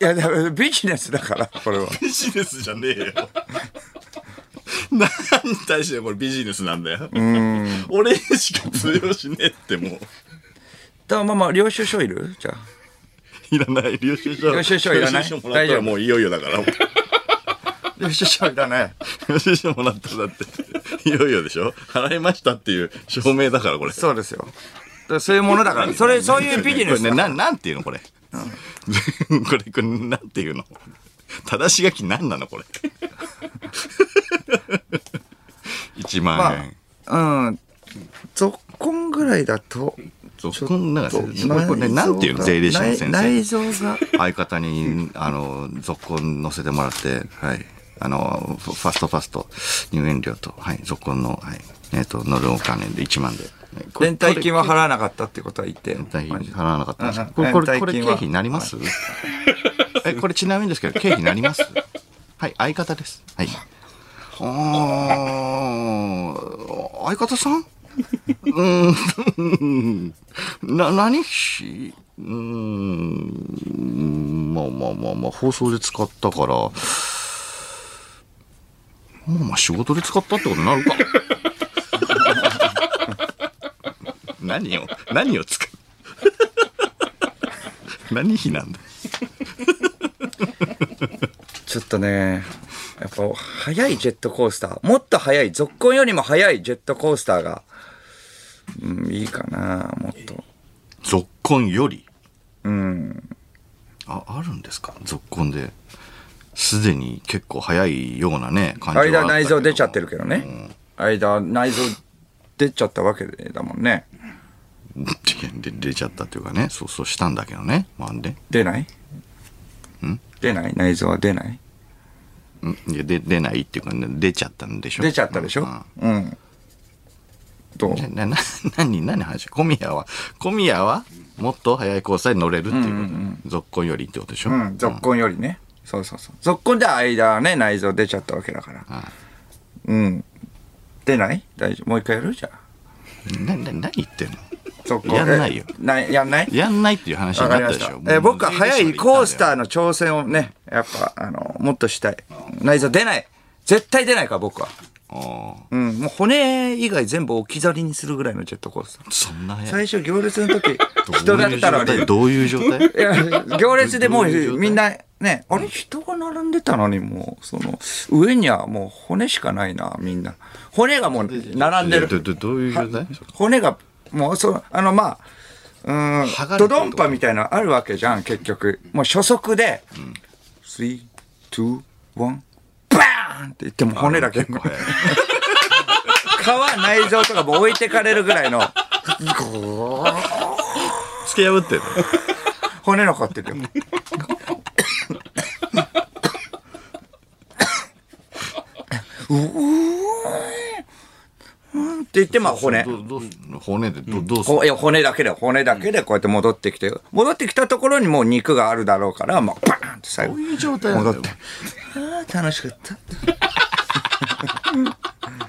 [SPEAKER 2] や、だからビジネスだから、これは。
[SPEAKER 1] ビジネスじゃねえよ。何に対してこれビジネスなんだよ。俺にしか通用しねえっても
[SPEAKER 2] だまあまあ、領収書いるじゃあ。
[SPEAKER 1] う。いらない。領収書。
[SPEAKER 2] 領収書いらな
[SPEAKER 1] 領
[SPEAKER 2] い
[SPEAKER 1] 収書もらった
[SPEAKER 2] 大丈
[SPEAKER 1] ら
[SPEAKER 2] 夫
[SPEAKER 1] もういよいよだから。
[SPEAKER 2] 領収書いらない。
[SPEAKER 1] 領収書もらったらだって。いよいよでしょ払いましたっていう証明だからこれ。
[SPEAKER 2] そうですよ。だからそういうものだから、それ、そういうビジネス
[SPEAKER 1] これ
[SPEAKER 2] だ
[SPEAKER 1] ね、ななんていうのこれ。これ、これ、なんていうの正し書き何なのこれ。1万円。
[SPEAKER 2] うん。ぞっこんぐらいだと、
[SPEAKER 1] そうこんなんか
[SPEAKER 2] そう
[SPEAKER 1] これこれねなんていうの税理士の先
[SPEAKER 2] 内内
[SPEAKER 1] 生
[SPEAKER 2] 臓が。
[SPEAKER 1] 相方にあの続婚乗せてもらってはいあのファストファスト入園料とはい続婚のはいえっと乗るお金で1万ではいこれ
[SPEAKER 2] 連帯金は払わなかったってことは言って。
[SPEAKER 1] 連帯金払わなかったんです
[SPEAKER 2] うん
[SPEAKER 1] これこれ
[SPEAKER 2] 連帯
[SPEAKER 1] これ経
[SPEAKER 2] 金は
[SPEAKER 1] 費になりますえこれちなみにですけど経費になりますはい相方ですはいあー相方さん な、何し、うーん、まあまあまあまあ、放送で使ったから、まあまあ仕事で使ったってことにな るか。何を、何を使う 何費なんだ
[SPEAKER 2] ちょっとね、やっぱ速いジェットコースター、もっと速い、続婚よりも速いジェットコースターが、うん、いいかな、もっと。
[SPEAKER 1] 続婚より。
[SPEAKER 2] うん。
[SPEAKER 1] あ、あるんですか続婚で。すでに結構早いようなね、感じはあったけど
[SPEAKER 2] 間内臓出ちゃってるけどね。間内臓出ちゃったわけだもんね。
[SPEAKER 1] 事件 で出ちゃったというかね、そうそうしたんだけどね。まあで。
[SPEAKER 2] 出ない出ない内臓は出ない
[SPEAKER 1] うんいやで出ないっていうか、ね、出ちゃったんでしょ
[SPEAKER 2] 出ちゃったでしょ
[SPEAKER 1] う
[SPEAKER 2] うん。どうん
[SPEAKER 1] な な何何の話小宮は小宮はもっと速いコースターに乗れるっていうこと、続婚よりってことでしょ、
[SPEAKER 2] うん、続婚よりね。そうそうそう。続婚で間ね、内臓出ちゃったわけだから。
[SPEAKER 1] あ
[SPEAKER 2] うん。出ない大丈夫。もう一回やるじゃあ。
[SPEAKER 1] なな何言ってんの
[SPEAKER 2] 続
[SPEAKER 1] やんないよ
[SPEAKER 2] えないやんない
[SPEAKER 1] やんないっていう話
[SPEAKER 2] わ
[SPEAKER 1] に
[SPEAKER 2] かり
[SPEAKER 1] なっ
[SPEAKER 2] ま
[SPEAKER 1] たで
[SPEAKER 2] し
[SPEAKER 1] したょ。
[SPEAKER 2] えー僕は速いコースター
[SPEAKER 1] ー
[SPEAKER 2] の挑戦をね、やっぱ、あの、もっとしたい。内臓出ない。絶対出ないから、僕は。うん。もう骨以外全部置き去りにするぐらいのジェットコースター。
[SPEAKER 1] そんな速い
[SPEAKER 2] 最初行列の 時、人だったのに。
[SPEAKER 1] どういう状態どういう状態
[SPEAKER 2] いや行列でも
[SPEAKER 1] どういう状
[SPEAKER 2] う
[SPEAKER 1] 態
[SPEAKER 2] みんなね、あれ人が並んでたのにもう、その、上にはもう骨しかないな、みんな。骨がもう並んで
[SPEAKER 1] ど
[SPEAKER 2] る。
[SPEAKER 1] どどういう状態
[SPEAKER 2] 骨が、もう、そう、あの、まあ、う
[SPEAKER 1] 剥
[SPEAKER 2] ー
[SPEAKER 1] がれてると
[SPEAKER 2] ん、ドドンパみたいなのあるわけじゃん、結局。もう初速で、3、2、1、バーンって言っても骨だけ。
[SPEAKER 1] 結構速い
[SPEAKER 2] 皮、内臓とかもう置いてかれるぐらいの、
[SPEAKER 1] 突き破ってる
[SPEAKER 2] 骨残っ てるよ。うーんって言ってまあ骨
[SPEAKER 1] どどうすんの骨でどどうすんの
[SPEAKER 2] こいや骨だけで骨だけでこうやって戻ってきて戻ってきたところにもう肉があるだろうからまあバーンって最後
[SPEAKER 1] どういう状態なんだ
[SPEAKER 2] 戻っ
[SPEAKER 1] よ
[SPEAKER 2] てあー楽しかった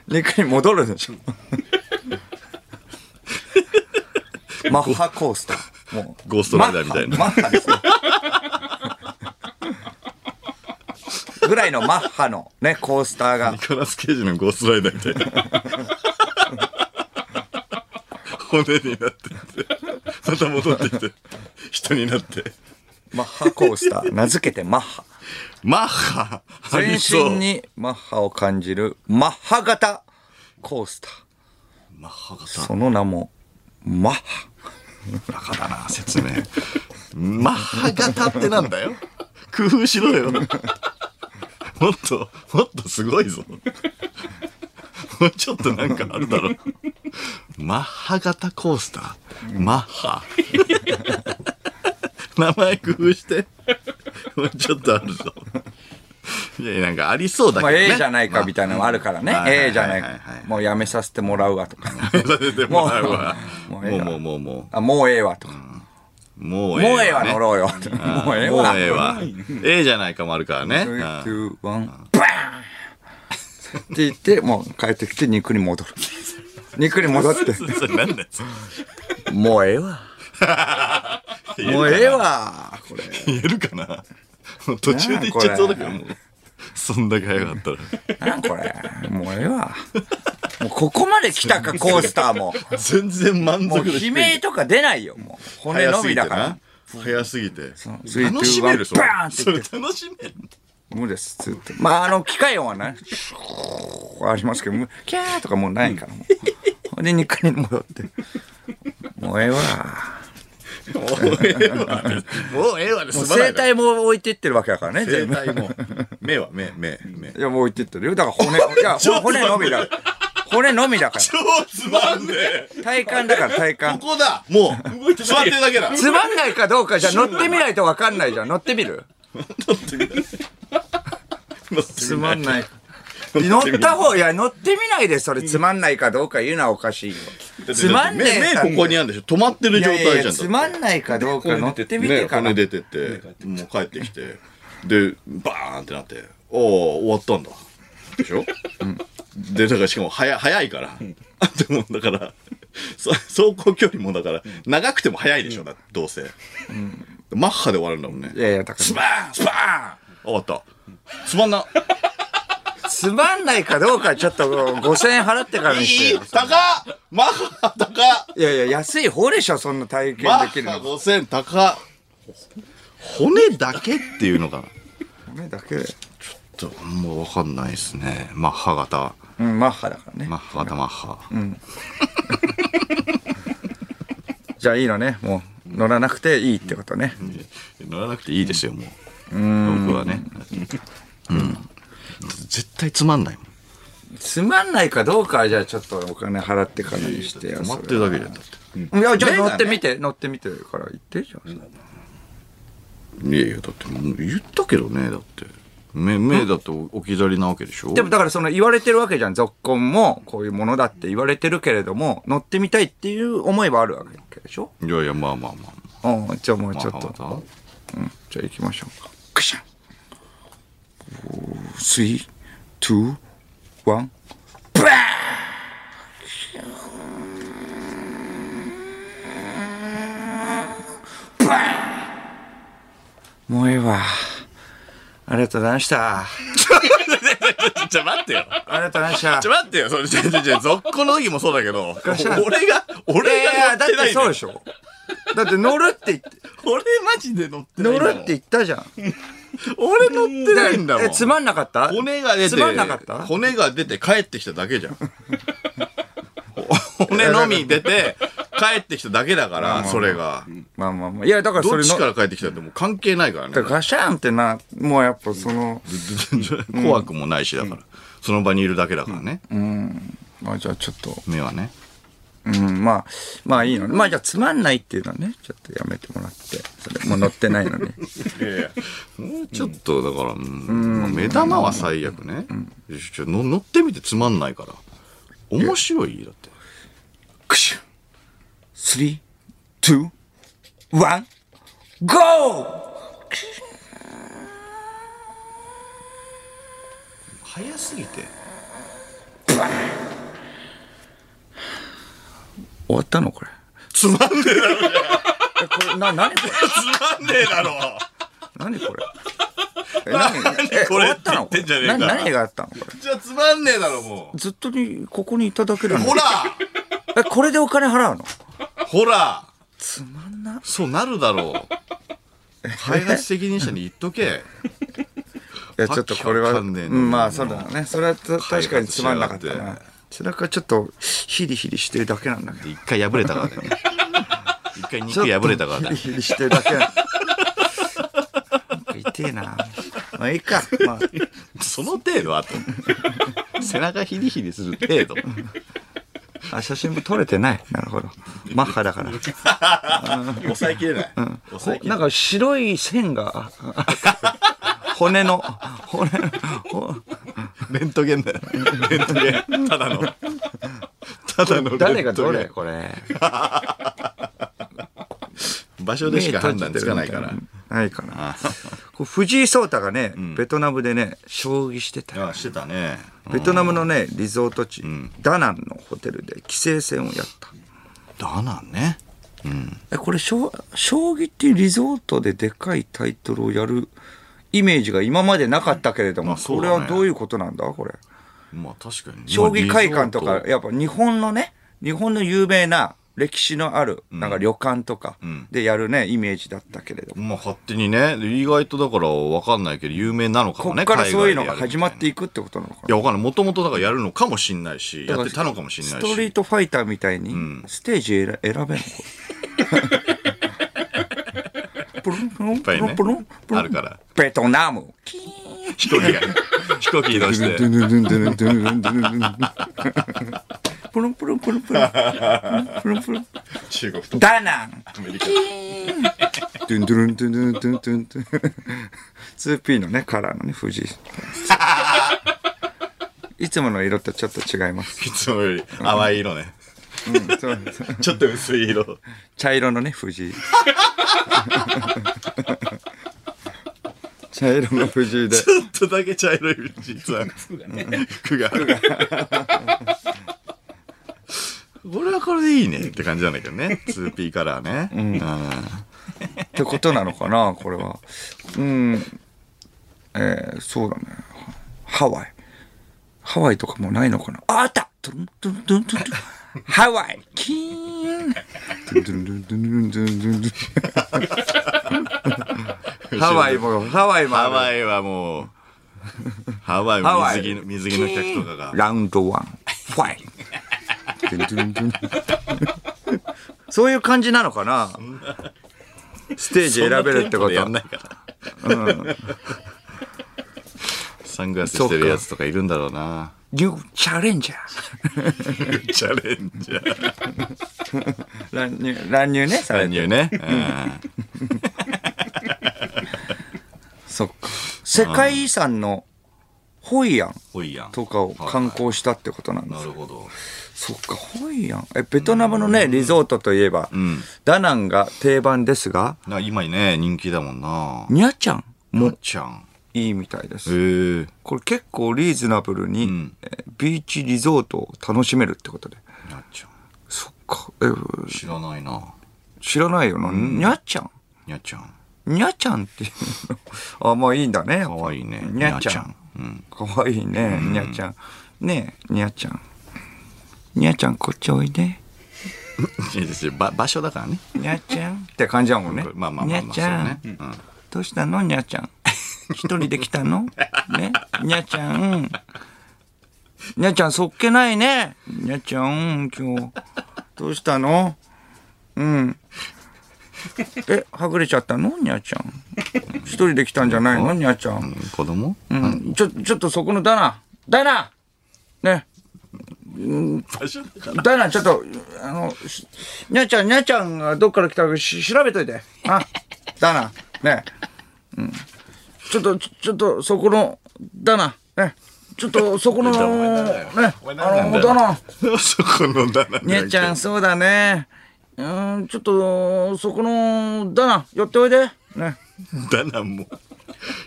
[SPEAKER 2] 肉に戻るで しょマッハコースターもう
[SPEAKER 1] ゴーストライダーみたいな
[SPEAKER 2] マッハマッハですよぐらいのマッハのねコースターが
[SPEAKER 1] ニコラス・ケイジのゴーストライダーみたいな。骨に なってって、また戻ってきて、人になって。
[SPEAKER 2] マッハコースター名付けてマッハ
[SPEAKER 1] マッハあ
[SPEAKER 2] 全
[SPEAKER 1] りそう
[SPEAKER 2] 身にマッハを感じるマッハ型コースタ
[SPEAKER 1] マッハ
[SPEAKER 2] ー
[SPEAKER 1] 型
[SPEAKER 2] その名もマッハ
[SPEAKER 1] バカだな、説明。マッハ型ってなんだよ。工夫しろよ。もっと、もっとすごいぞ。もうちょっとなんかあるだろう。マッハ型コースター。マッハ。名前工夫して。もうちょっとあるぞ。いやいや、なんかありそうだけ
[SPEAKER 2] ま
[SPEAKER 1] ど
[SPEAKER 2] あ、
[SPEAKER 1] ね。
[SPEAKER 2] A じゃないかみたいなのあるからね
[SPEAKER 1] まあ。
[SPEAKER 2] A じゃない
[SPEAKER 1] はいはい
[SPEAKER 2] か
[SPEAKER 1] はいはい。
[SPEAKER 2] もうやめさせてもらうわとか。
[SPEAKER 1] させてもらうわ
[SPEAKER 2] も
[SPEAKER 1] も
[SPEAKER 2] う
[SPEAKER 1] う
[SPEAKER 2] もうええわ
[SPEAKER 1] もうもうも
[SPEAKER 2] あ、もうええわとか。
[SPEAKER 1] う。もう
[SPEAKER 2] もうええわ
[SPEAKER 1] ね
[SPEAKER 2] 乗ろうよ。
[SPEAKER 1] あー
[SPEAKER 2] もうええわ。
[SPEAKER 1] もうええわ。ええじゃないかもあるからね。
[SPEAKER 2] 3、
[SPEAKER 1] うん
[SPEAKER 2] 2、1、バーンって言って、もう帰ってきて肉に戻る。肉に戻っ て、
[SPEAKER 1] それなんだよ。それ
[SPEAKER 2] もうええわ。もうええわ。これ。
[SPEAKER 1] 言えるかな途中で行っちゃそうだけどもうそんだけ早かったら
[SPEAKER 2] なんこれ。もうええわ。もうここまで来たか、コースタ ーも。
[SPEAKER 1] 全然満
[SPEAKER 2] もう
[SPEAKER 1] 足でき
[SPEAKER 2] 悲鳴とか出ないよ、もう。骨
[SPEAKER 1] 早
[SPEAKER 2] の
[SPEAKER 1] すぎ
[SPEAKER 2] み
[SPEAKER 1] て
[SPEAKER 2] だから
[SPEAKER 1] な。早すぎて
[SPEAKER 2] そう
[SPEAKER 1] 楽しめるそれ
[SPEAKER 2] バーンって
[SPEAKER 1] そ
[SPEAKER 2] 言
[SPEAKER 1] れ
[SPEAKER 2] って
[SPEAKER 1] 楽しめる
[SPEAKER 2] 無です、ずっと。まあ、あの、機械音はね、シューありますけど、無キャーとかもうない から、もう。ほんで、2回に戻って。もうええわ。
[SPEAKER 1] もうええわもうええわで
[SPEAKER 2] もう
[SPEAKER 1] すまな
[SPEAKER 2] 生
[SPEAKER 1] いから
[SPEAKER 2] 体も置いてってるわけだからね、全部。
[SPEAKER 1] 生体も目は目目目
[SPEAKER 2] いや、もう置いてってるよ。だから 骨、いや、ほ骨のみだ。骨のみだか
[SPEAKER 1] 超つまんねえ
[SPEAKER 2] ら。体幹だから、体
[SPEAKER 1] こ
[SPEAKER 2] 幹。
[SPEAKER 1] こだもう動いて座ってるだけだ
[SPEAKER 2] つまんないかどうかじゃ乗ってみないとわかんないじゃん。乗ってみるつまんない。 乗った方、いや、乗ってみないで、それつまんないかどうか言うのはおかしいよ。つまんねえ
[SPEAKER 1] 目
[SPEAKER 2] か。
[SPEAKER 1] 目ここにあるんでしょ止まってる
[SPEAKER 2] い
[SPEAKER 1] 状
[SPEAKER 2] や
[SPEAKER 1] 態じ
[SPEAKER 2] い
[SPEAKER 1] ゃん
[SPEAKER 2] やい
[SPEAKER 1] だ
[SPEAKER 2] や
[SPEAKER 1] って
[SPEAKER 2] つまんないかどうか乗ってみて
[SPEAKER 1] ね
[SPEAKER 2] から。
[SPEAKER 1] 骨出てってもう帰ってきてでバーンってなっておお終わったんだでしょ、でだからしかも早早いから、でもだからそ走行距離もだから長くても早いでしょ、だってどうせ、マッハで終わるんだもんね
[SPEAKER 2] いやいや、だか
[SPEAKER 1] スパーンスパーン終わったつまんな
[SPEAKER 2] ら、つまんないかどうかちょっと5000円払ってから
[SPEAKER 1] い
[SPEAKER 2] にして
[SPEAKER 1] い
[SPEAKER 2] よ。
[SPEAKER 1] 高っマッハ高っ
[SPEAKER 2] いやいや、安い方でしょ、そんな体
[SPEAKER 1] マッ
[SPEAKER 2] 験できる
[SPEAKER 1] ハ
[SPEAKER 2] の。
[SPEAKER 1] 5000高っ骨だけっていうのかな
[SPEAKER 2] 骨だけで。
[SPEAKER 1] ちょっともう分かんないですねマッハ型
[SPEAKER 2] うん、マッハだからね
[SPEAKER 1] マッ。ハ型マッハ、
[SPEAKER 2] じゃあいいのね。もう、乗らなくていいってことね。
[SPEAKER 1] 乗らなくていいですよもう僕はねうん絶対つまんないもん
[SPEAKER 2] つまんないかどうかはじゃあちょっとお金払ってからにしてよ。
[SPEAKER 1] 止まっ
[SPEAKER 2] そ
[SPEAKER 1] て
[SPEAKER 2] れ
[SPEAKER 1] る
[SPEAKER 2] は
[SPEAKER 1] だけじゃんだって、
[SPEAKER 2] いや、じゃあ
[SPEAKER 1] 目
[SPEAKER 2] 乗
[SPEAKER 1] がね
[SPEAKER 2] ってみて、乗ってみてから言ってじゃん。
[SPEAKER 1] いやいやだってもう言ったけどねだって目目だって置き去りなわけでしょ
[SPEAKER 2] でもだからその言われてるわけじゃん。続婚もこういうものだって言われてるけれども、乗ってみたいっていう思いはあるわけでしょ
[SPEAKER 1] いやいやまあまあまあ
[SPEAKER 2] うん、じゃあもう
[SPEAKER 1] まあ
[SPEAKER 2] ちょっと、
[SPEAKER 1] まあま
[SPEAKER 2] じゃあ行きましょうか。クシャン !3、2、1、バーンバーンもうええわ。ありがとうございました。あ
[SPEAKER 1] たじゃあ待ってよ
[SPEAKER 2] りがとうございました。
[SPEAKER 1] じゃあ待ってよそれじゃあじゃあじゃあ続行の時もそうだけど俺が
[SPEAKER 2] いや
[SPEAKER 1] 俺
[SPEAKER 2] いやい
[SPEAKER 1] が
[SPEAKER 2] やだ
[SPEAKER 1] 乗っ
[SPEAKER 2] っ
[SPEAKER 1] てな
[SPEAKER 2] て
[SPEAKER 1] い
[SPEAKER 2] そう
[SPEAKER 1] の
[SPEAKER 2] でしょ。だって乗るって言って、
[SPEAKER 1] 俺マジで乗ってないん
[SPEAKER 2] 乗
[SPEAKER 1] だもん
[SPEAKER 2] るって言ったじゃん。
[SPEAKER 1] 俺乗ってないんだもん
[SPEAKER 2] え、つまんなかった
[SPEAKER 1] 骨が出て
[SPEAKER 2] つまんなかった
[SPEAKER 1] 骨が出て帰ってきただけ じゃん骨のみ出て帰ってきただけだからそれが
[SPEAKER 2] まあまあまあ。いや、だからそ
[SPEAKER 1] どっ
[SPEAKER 2] れ
[SPEAKER 1] ち
[SPEAKER 2] の
[SPEAKER 1] か、ら帰ってきたってもう関係ないから
[SPEAKER 2] だ
[SPEAKER 1] ね
[SPEAKER 2] からガシャンってな、もうやっぱその、
[SPEAKER 1] 怖くもないしだからその場にいるだけだからね
[SPEAKER 2] まあじゃあちょっと、
[SPEAKER 1] 目はね
[SPEAKER 2] うん、まあ、まあいいのね。まあじゃあつまんないっていうのはね、ちょっとやめてもらって、それもう乗ってないのに。
[SPEAKER 1] もうちょっとだからうんまあ目玉は最悪ねちょの乗ってみてつまんないから面白いだって
[SPEAKER 2] クシュスリー、ツー、ワン、ゴー
[SPEAKER 1] 早すぎて
[SPEAKER 2] 終わったのこれ。
[SPEAKER 1] つまんねえだろ
[SPEAKER 2] え、これ、な、なにこれ
[SPEAKER 1] つまんねえだろ
[SPEAKER 2] 何これ え、何え、
[SPEAKER 1] こ
[SPEAKER 2] 終
[SPEAKER 1] れ
[SPEAKER 2] わったの
[SPEAKER 1] っ
[SPEAKER 2] こ
[SPEAKER 1] て言って
[SPEAKER 2] れ
[SPEAKER 1] んじゃねえか
[SPEAKER 2] 何、何があったのこれ。
[SPEAKER 1] じゃあつまんねえだろも
[SPEAKER 2] ずっとに、ここにいただける
[SPEAKER 1] う
[SPEAKER 2] の
[SPEAKER 1] ほら
[SPEAKER 2] え、これでお金払うの
[SPEAKER 1] ほら
[SPEAKER 2] つまんな。
[SPEAKER 1] そうなるだろう。開発責任者に言っとけ。
[SPEAKER 2] いや、ちょっとこれ
[SPEAKER 1] わ
[SPEAKER 2] は、う
[SPEAKER 1] けわかんねえなん
[SPEAKER 2] まあそうだね。それはた確かにつまんなかった
[SPEAKER 1] 開発しやが
[SPEAKER 2] な。それはちょっと、ヒリヒリしてるだけなんだけど。
[SPEAKER 1] 一回破れたからだよね。一回肉破れたからだよ。
[SPEAKER 2] ヒリヒリしてるだけなんだ。なんか痛えな。まあいいか。まあ、
[SPEAKER 1] その程度あと。背中ヒリヒリする程度。
[SPEAKER 2] あ、写真も撮れてない。なるほど。マッハだから。
[SPEAKER 1] 抑えきれない。抑えきれ
[SPEAKER 2] なんか白い線が、 ああ骨の、骨の、ほ
[SPEAKER 1] レントゲンだよ。レントゲン。ただの。ただのレントゲン
[SPEAKER 2] 誰がどれこれ。
[SPEAKER 1] 場所でしか判断つかないから。
[SPEAKER 2] ないかな。こう藤井聡太がね、ベトナムでね、将棋してたよ。
[SPEAKER 1] あしてたね。
[SPEAKER 2] ベトナムのね、リゾート地、ダナンのホテルで棋聖戦をやった。
[SPEAKER 1] だなんね。
[SPEAKER 2] え、これ、将将棋っていうリゾートででかいタイトルをやるイメージが今までなかったけれども、
[SPEAKER 1] まあそ
[SPEAKER 2] こ
[SPEAKER 1] うだ
[SPEAKER 2] れ
[SPEAKER 1] ね
[SPEAKER 2] はどういうことなんだこれ。
[SPEAKER 1] まあ確かに
[SPEAKER 2] 将棋会館と
[SPEAKER 1] まあ
[SPEAKER 2] か
[SPEAKER 1] リゾー、ト
[SPEAKER 2] やっぱ日本のね、日本の有名な歴史のある、なんか旅館とかでやるね、イメージだったけれど
[SPEAKER 1] ま
[SPEAKER 2] も。
[SPEAKER 1] あ勝手にね意外とだから分かんないけど有名なのか
[SPEAKER 2] こ
[SPEAKER 1] も
[SPEAKER 2] っ
[SPEAKER 1] ね
[SPEAKER 2] からそういうのが
[SPEAKER 1] 海外で
[SPEAKER 2] 始
[SPEAKER 1] やるみた
[SPEAKER 2] ま
[SPEAKER 1] いな
[SPEAKER 2] っていくってことなのか
[SPEAKER 1] いや分かんないもともとだからやるのかもしんないし
[SPEAKER 2] な
[SPEAKER 1] やってたのかもしんない
[SPEAKER 2] ストリー
[SPEAKER 1] し
[SPEAKER 2] トファイターみたいに、ステージ選選べんのこれプルンプルンプ
[SPEAKER 1] ぱい
[SPEAKER 2] ル
[SPEAKER 1] ね
[SPEAKER 2] ンプルンプルン
[SPEAKER 1] あるから
[SPEAKER 2] ベトナ ム。キーン
[SPEAKER 1] 飛行機が飛行機移動して
[SPEAKER 2] ドゥルンドゥルンドゥルンドゥルンドゥルンドゥルンプルンプルンプルンプルン。プルンプルン。
[SPEAKER 1] 中国と
[SPEAKER 2] ダナン。
[SPEAKER 1] アメリカ
[SPEAKER 2] ドゥンドゥルンドゥルンドゥルンドゥルンドゥルン 2P のねカラーのね藤 井いつもの色とちょっと違います、
[SPEAKER 1] いつもより淡い色ね
[SPEAKER 2] うんそう
[SPEAKER 1] ちょっと薄い色
[SPEAKER 2] 茶色のね 藤井茶色の藤井で
[SPEAKER 1] ちょっとだけ茶色い実は服がね服がこれはこれでいいねって感じなんだけどね 2P カラーね、うん
[SPEAKER 2] ってことなのかなこれはうんえー、そうだねハワイハワイとかもうないのかなああったドゥンドゥンドゥンドゥンドゥンハワイキーンドゥンドゥンドゥンドゥンドゥンドゥンドゥンハワイもハワイもあ
[SPEAKER 1] ハ
[SPEAKER 2] る
[SPEAKER 1] ワイはもう、ハワイ
[SPEAKER 2] ハワイ
[SPEAKER 1] 水着の水着の客とかが。
[SPEAKER 2] ラウンドワンファイトゥンドゥンドゥンドゥンそういう感じなのかなステージ選べるって
[SPEAKER 1] そんなテンポ
[SPEAKER 2] こと
[SPEAKER 1] でやんないから。サングラスしてるやつとかいるんだろうな。
[SPEAKER 2] ニューチャレンジャー
[SPEAKER 1] チャレンジャー。
[SPEAKER 2] 乱入乱入ねされ
[SPEAKER 1] 乱
[SPEAKER 2] て
[SPEAKER 1] 入ね。
[SPEAKER 2] そっか世界遺産のホイアン
[SPEAKER 1] 多いやん。
[SPEAKER 2] とかを観光したってことなんで
[SPEAKER 1] な
[SPEAKER 2] す
[SPEAKER 1] るほど。
[SPEAKER 2] そっかホイアンえベトナムのねリゾートといえば、ダナンが定番ですが
[SPEAKER 1] な今ね、人気だもんな。
[SPEAKER 2] ニャチャン
[SPEAKER 1] も
[SPEAKER 2] も
[SPEAKER 1] っちゃん。
[SPEAKER 2] いいみたいです、
[SPEAKER 1] へえ。
[SPEAKER 2] これ結構リーズナブルに、
[SPEAKER 1] ん
[SPEAKER 2] えビーチリゾートを楽しめるってことで
[SPEAKER 1] なっちゃん。
[SPEAKER 2] そっかえ
[SPEAKER 1] 知らないな。
[SPEAKER 2] 知らないよな、ニャチャン
[SPEAKER 1] にゃっちゃん。
[SPEAKER 2] ニャちゃんっていうの あまあいいんだねやっぱ
[SPEAKER 1] かわいいね。
[SPEAKER 2] にゃちゃん。かわいいね、にゃちゃん。ねえ、にゃちゃん。にゃちゃん、こっちおいで。
[SPEAKER 1] いいですよ。ば場所だからね。
[SPEAKER 2] にゃちゃん。って感じだもんね。
[SPEAKER 1] まあまあまあ
[SPEAKER 2] に
[SPEAKER 1] まあ
[SPEAKER 2] ゃちゃん
[SPEAKER 1] そう。ねうん
[SPEAKER 2] どうしたの、にゃちゃん。一人で来たのね。にゃちゃん。にゃちゃん、そっけないね。にゃちゃん、今日。どうしたのうん。え、はぐれちゃったのにゃちゃん。一人で来たんじゃないのにゃちゃん。
[SPEAKER 1] うん子供
[SPEAKER 2] うんちょ、ちょっとそこのダナ、ダナね、
[SPEAKER 1] 場所だから。
[SPEAKER 2] ダナちょっと、あの、しにゃちゃん、にゃちゃんがどっから来たかし調べといて。あ、ダナ、ね、うん。ちょっと、ちょちょっと、そこの、ダナ、ね、ちょっと、そこの、ね、
[SPEAKER 1] お前ダナだよお前ダナ
[SPEAKER 2] あ
[SPEAKER 1] なんだ
[SPEAKER 2] の、
[SPEAKER 1] よ
[SPEAKER 2] ダナ、
[SPEAKER 1] そこの棚
[SPEAKER 2] にゃちゃん、そうだね。うーん、ちょっと、そこの、ダナ、寄っておいで。ね、
[SPEAKER 1] 棚も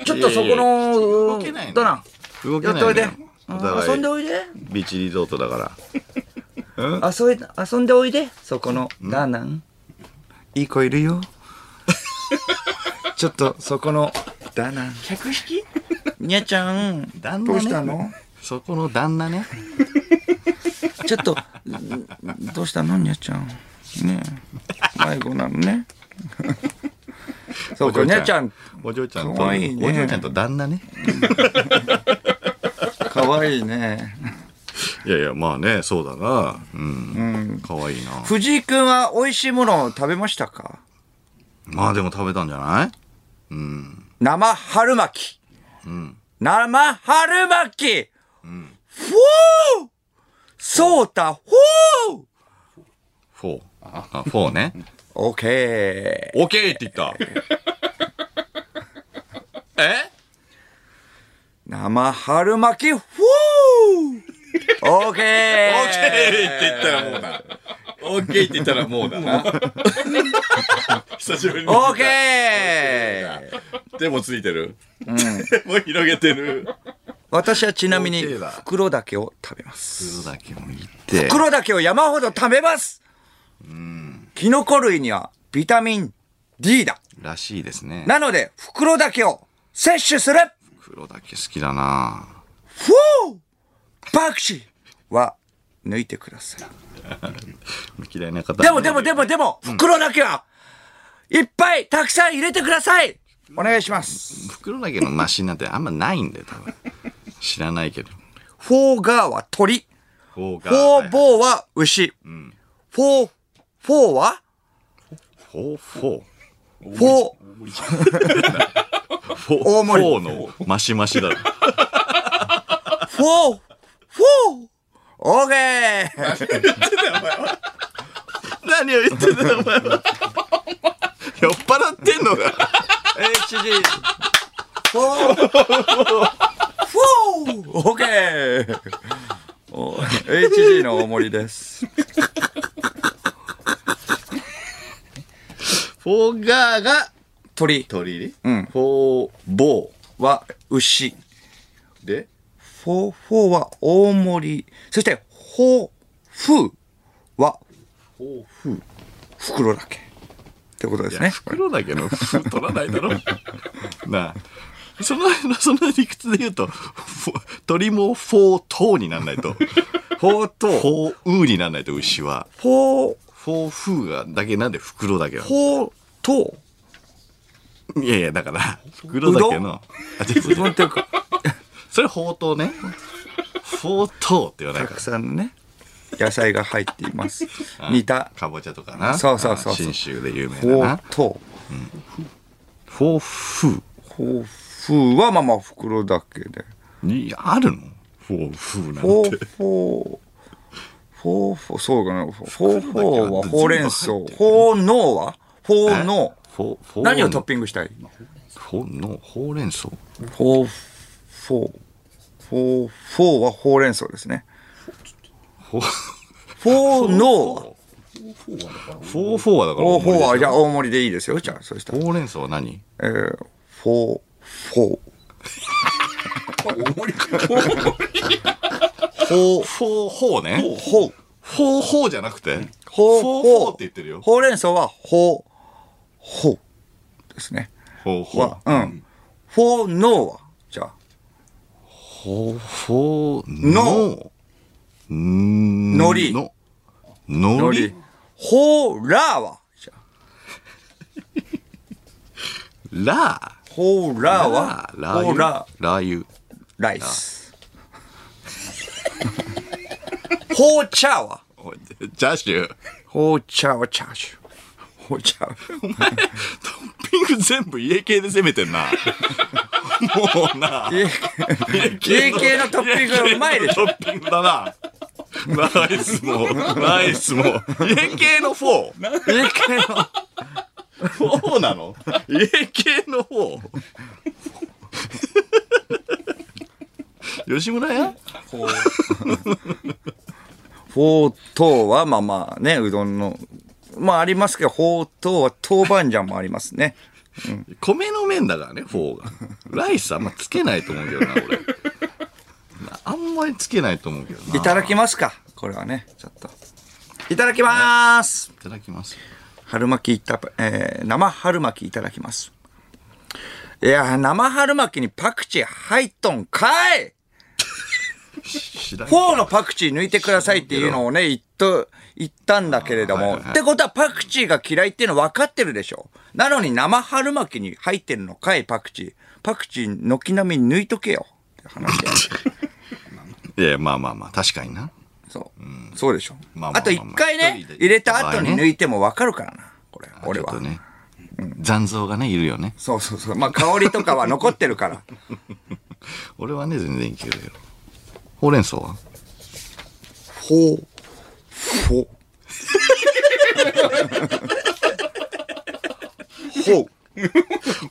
[SPEAKER 2] ちょっとそこ
[SPEAKER 1] いやいや
[SPEAKER 2] の
[SPEAKER 1] 動けない、の
[SPEAKER 2] ダナ、
[SPEAKER 1] 動
[SPEAKER 2] 寄っておいで。う
[SPEAKER 1] お
[SPEAKER 2] ん遊
[SPEAKER 1] 互
[SPEAKER 2] ん
[SPEAKER 1] い
[SPEAKER 2] でおいで。
[SPEAKER 1] ビーチリゾートだから
[SPEAKER 2] 遊い遊んでおいでそこのダナンいい子いるよ ちょっとそこのダナン
[SPEAKER 1] 客引き
[SPEAKER 2] にゃちゃん
[SPEAKER 1] 旦那ね
[SPEAKER 2] どうしたの
[SPEAKER 1] そこの旦那ね
[SPEAKER 2] ちょっとんどうしたのにゃちゃんねえ迷子なのねそうかにゃちゃん
[SPEAKER 1] お嬢ちゃん
[SPEAKER 2] か
[SPEAKER 1] と
[SPEAKER 2] わいいね
[SPEAKER 1] お嬢ちゃんと旦那ね
[SPEAKER 2] かわいいね
[SPEAKER 1] いやいやまあねそうだなうん可愛いな
[SPEAKER 2] 藤井君は美味しいものを食べましたか
[SPEAKER 1] まあでも食べたんじゃないうん
[SPEAKER 2] 生春巻き、生春巻き、フォーソータフォー
[SPEAKER 1] フォーあフォーね
[SPEAKER 2] オッケ
[SPEAKER 1] オッケーって言 ったえ
[SPEAKER 2] ー生春巻きフォーオ
[SPEAKER 1] オッ
[SPEAKER 2] ッケー
[SPEAKER 1] ケーって言ったらもうなオッケーって言ったらもうだな 久しぶりに聞いた
[SPEAKER 2] オッケー
[SPEAKER 1] 手もついてる。手も広げてる。
[SPEAKER 2] 私はちなみに
[SPEAKER 1] オッケーだ
[SPEAKER 2] 袋だけを食べます。
[SPEAKER 1] 黒だけもいって。
[SPEAKER 2] 袋だけを山ほど食べますキノコ類にはビタミン D だ
[SPEAKER 1] らしいですね。
[SPEAKER 2] なので、袋だけを摂取する
[SPEAKER 1] 黒だけ好きだな
[SPEAKER 2] ふぅパクチーは抜いてください。
[SPEAKER 1] 嫌いな方
[SPEAKER 2] でもでもでもでも、袋だけはいっぱいたくさん入れてくださいお願いします。
[SPEAKER 1] 袋だけの梨なんてあんまないんだよ多分知らないけど
[SPEAKER 2] フォーガーは鳥。
[SPEAKER 1] フォー
[SPEAKER 2] フォーボーは牛。フォー、フォーは
[SPEAKER 1] フォーフォー
[SPEAKER 2] フォ
[SPEAKER 1] フォー
[SPEAKER 2] 大盛り
[SPEAKER 1] フォーのマシマシだろ
[SPEAKER 2] ー、フォー、フォーオーケー
[SPEAKER 1] 何を言ってんだよお前は酔っ払ってんのか
[SPEAKER 2] !HG! フォー、フォーオーケー !HG の大盛りです。
[SPEAKER 1] フォーガーが
[SPEAKER 2] 鳥
[SPEAKER 1] 鳥入り
[SPEAKER 2] うん
[SPEAKER 1] フォーボ
[SPEAKER 2] は牛。
[SPEAKER 1] ーで
[SPEAKER 2] フォー、フォーは大盛り。そして、フォー、フーは
[SPEAKER 1] フォーフー
[SPEAKER 2] 袋だけ。ってことですね。これ
[SPEAKER 1] 袋だけのフー取らないだろ なあそのその理屈で言うとフォ鳥もフォートーになんないとフ
[SPEAKER 2] フォーと、フ
[SPEAKER 1] ォーウーになんないと牛は
[SPEAKER 2] ォー、
[SPEAKER 1] フォーフーがだけなんで袋だけなの
[SPEAKER 2] フォーと、
[SPEAKER 1] いやいやだから袋だけのあちょっと
[SPEAKER 2] 自分っていうか、
[SPEAKER 1] それほうとうねほうとうって言わない
[SPEAKER 2] た
[SPEAKER 1] か
[SPEAKER 2] くさんね、野菜が入っています。煮た
[SPEAKER 1] ら、かぼちゃとかな
[SPEAKER 2] そうそうそうそう
[SPEAKER 1] 信州で有名
[SPEAKER 2] フ
[SPEAKER 1] だ
[SPEAKER 2] ォー
[SPEAKER 1] な
[SPEAKER 2] と、
[SPEAKER 1] ほうふう
[SPEAKER 2] フォー、フーはまあまあ袋だけで。
[SPEAKER 1] にあるのほうふうなん
[SPEAKER 2] フォ
[SPEAKER 1] て
[SPEAKER 2] ー、フォー、フォー、フォー、そうかな。フォー、フォーはほうれん草。フォー、ノーはフォー、ノー。
[SPEAKER 1] ほう
[SPEAKER 2] 何をトッ
[SPEAKER 1] ピ
[SPEAKER 2] ピングしたい
[SPEAKER 1] ほうのほうれん草
[SPEAKER 2] フォー、フォー、フォー、フォーはほうれん草ですね。
[SPEAKER 1] ほう
[SPEAKER 2] フォー、ノ
[SPEAKER 1] ほうほうはだ
[SPEAKER 2] ー。
[SPEAKER 1] から
[SPEAKER 2] フォー、フォーは、じゃあ
[SPEAKER 1] あ
[SPEAKER 2] 大盛りでいいですよ。じゃあ、そうしたら。
[SPEAKER 1] ほうれん草は何
[SPEAKER 2] えー、フォー、フォー。
[SPEAKER 1] ほうほうほうね
[SPEAKER 2] ほう、
[SPEAKER 1] ほうほうじゃなくて
[SPEAKER 2] ほう、
[SPEAKER 1] ほうほうって言ってるよ
[SPEAKER 2] ほうれん草は、ほう、ほう。ですね。
[SPEAKER 1] ほうほう
[SPEAKER 2] は、うん。フォー、ノーは、じゃあ、
[SPEAKER 1] ほうほうのの
[SPEAKER 2] のり
[SPEAKER 1] のの
[SPEAKER 2] の
[SPEAKER 1] り
[SPEAKER 2] り。ほう、らーは、じゃあ、
[SPEAKER 1] ラ
[SPEAKER 2] ほう、らーは
[SPEAKER 1] ラ、ラ
[SPEAKER 2] ほう、らー
[SPEAKER 1] ー、ラー油
[SPEAKER 2] ライス。ほう、茶は、
[SPEAKER 1] おいチャーシュー
[SPEAKER 2] ほう茶はチャーシュー。ほう茶は。
[SPEAKER 1] お前トッピング全部家系で攻めて んなもうな
[SPEAKER 2] 家
[SPEAKER 1] 系
[SPEAKER 2] 系
[SPEAKER 1] の
[SPEAKER 2] のトッピングがうまいでし
[SPEAKER 1] ト
[SPEAKER 2] ょ。
[SPEAKER 1] ッピングだなナイスもナイスも家系の4
[SPEAKER 2] 家系の。
[SPEAKER 1] 4なの家系の4吉村屋
[SPEAKER 2] ほうとうは、まあまあね、うどんの。まあありますけど、ほうとうは豆板醤もありますね。
[SPEAKER 1] 米の麺だからね、フォーが。ライスあんまつけないと思うけどな、俺。なあんまりつけないと思うけどな。
[SPEAKER 2] いただきますか。これはね、ちょっと。いただきます。
[SPEAKER 1] いただきます。
[SPEAKER 2] 春巻きいた、えー生春巻きいただきます。いやー、生春巻きにパクチー入っとんかい
[SPEAKER 1] 知らん
[SPEAKER 2] フォーのパクチー抜いてくださいっていうのをね、言っと、言ったんだけれど
[SPEAKER 1] はい
[SPEAKER 2] も。
[SPEAKER 1] はいはい
[SPEAKER 2] ってことはパクチーが嫌いっていうの分かってるでしょなのに生春巻きに入ってるのかい、パクチー。パクチー軒並み抜いとけよ。って話だよ
[SPEAKER 1] いや、まあまあまあ、確かにな。
[SPEAKER 2] そう。そうでしょ
[SPEAKER 1] まあまあまあまあ
[SPEAKER 2] あと一回
[SPEAKER 1] 一
[SPEAKER 2] ね
[SPEAKER 1] 人で、
[SPEAKER 2] 入れた後に抜いても分かるからな。これ、俺
[SPEAKER 1] ちょ
[SPEAKER 2] は
[SPEAKER 1] っと。ね。残像がね、いるよね。
[SPEAKER 2] そうそうそう。まあ香りとかは残ってるから。
[SPEAKER 1] 俺はね、全然いけるよ。ほうれん草は
[SPEAKER 2] ほう。ほう。ほう。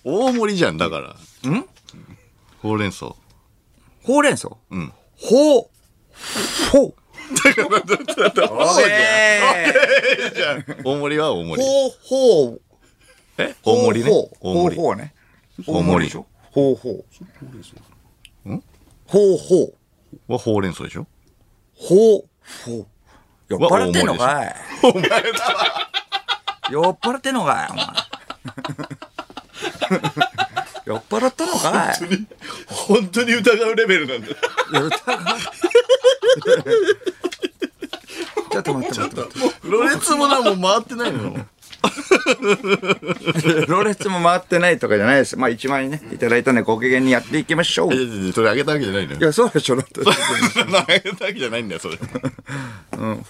[SPEAKER 1] 大盛りじゃん、だから。んほうれん草。
[SPEAKER 2] ほうれん草
[SPEAKER 1] うん。
[SPEAKER 2] ほう。ほう。ほう
[SPEAKER 1] 大盛りは大盛り。
[SPEAKER 2] ほうほう。
[SPEAKER 1] え大盛りね。
[SPEAKER 2] ほう
[SPEAKER 1] 大盛
[SPEAKER 2] ほうね。
[SPEAKER 1] 大盛り
[SPEAKER 2] でしょほうほう。
[SPEAKER 1] ん
[SPEAKER 2] ほうほう。
[SPEAKER 1] りはほうれん草でしょ
[SPEAKER 2] ほうほう。酔っ払ってんの
[SPEAKER 1] は
[SPEAKER 2] かい お前だわ。酔っ払ってんのかいお前。酔っ払ったのかい
[SPEAKER 1] 本当に疑うレベルなんだ。
[SPEAKER 2] ちょっと待って待って待
[SPEAKER 1] ろれつもな、 もう回ってないのよ。
[SPEAKER 2] って。ロレツも回ってないとかじゃないです。まあ一万円ね、いただいたんでご機嫌にやっていきましょう。
[SPEAKER 1] いや
[SPEAKER 2] い
[SPEAKER 1] いやいやそれあげたわけじゃないのよ。
[SPEAKER 2] や、そうでしょ、だって。フォ
[SPEAKER 1] あげたわけじゃないんだよ、それ。
[SPEAKER 2] ーフォ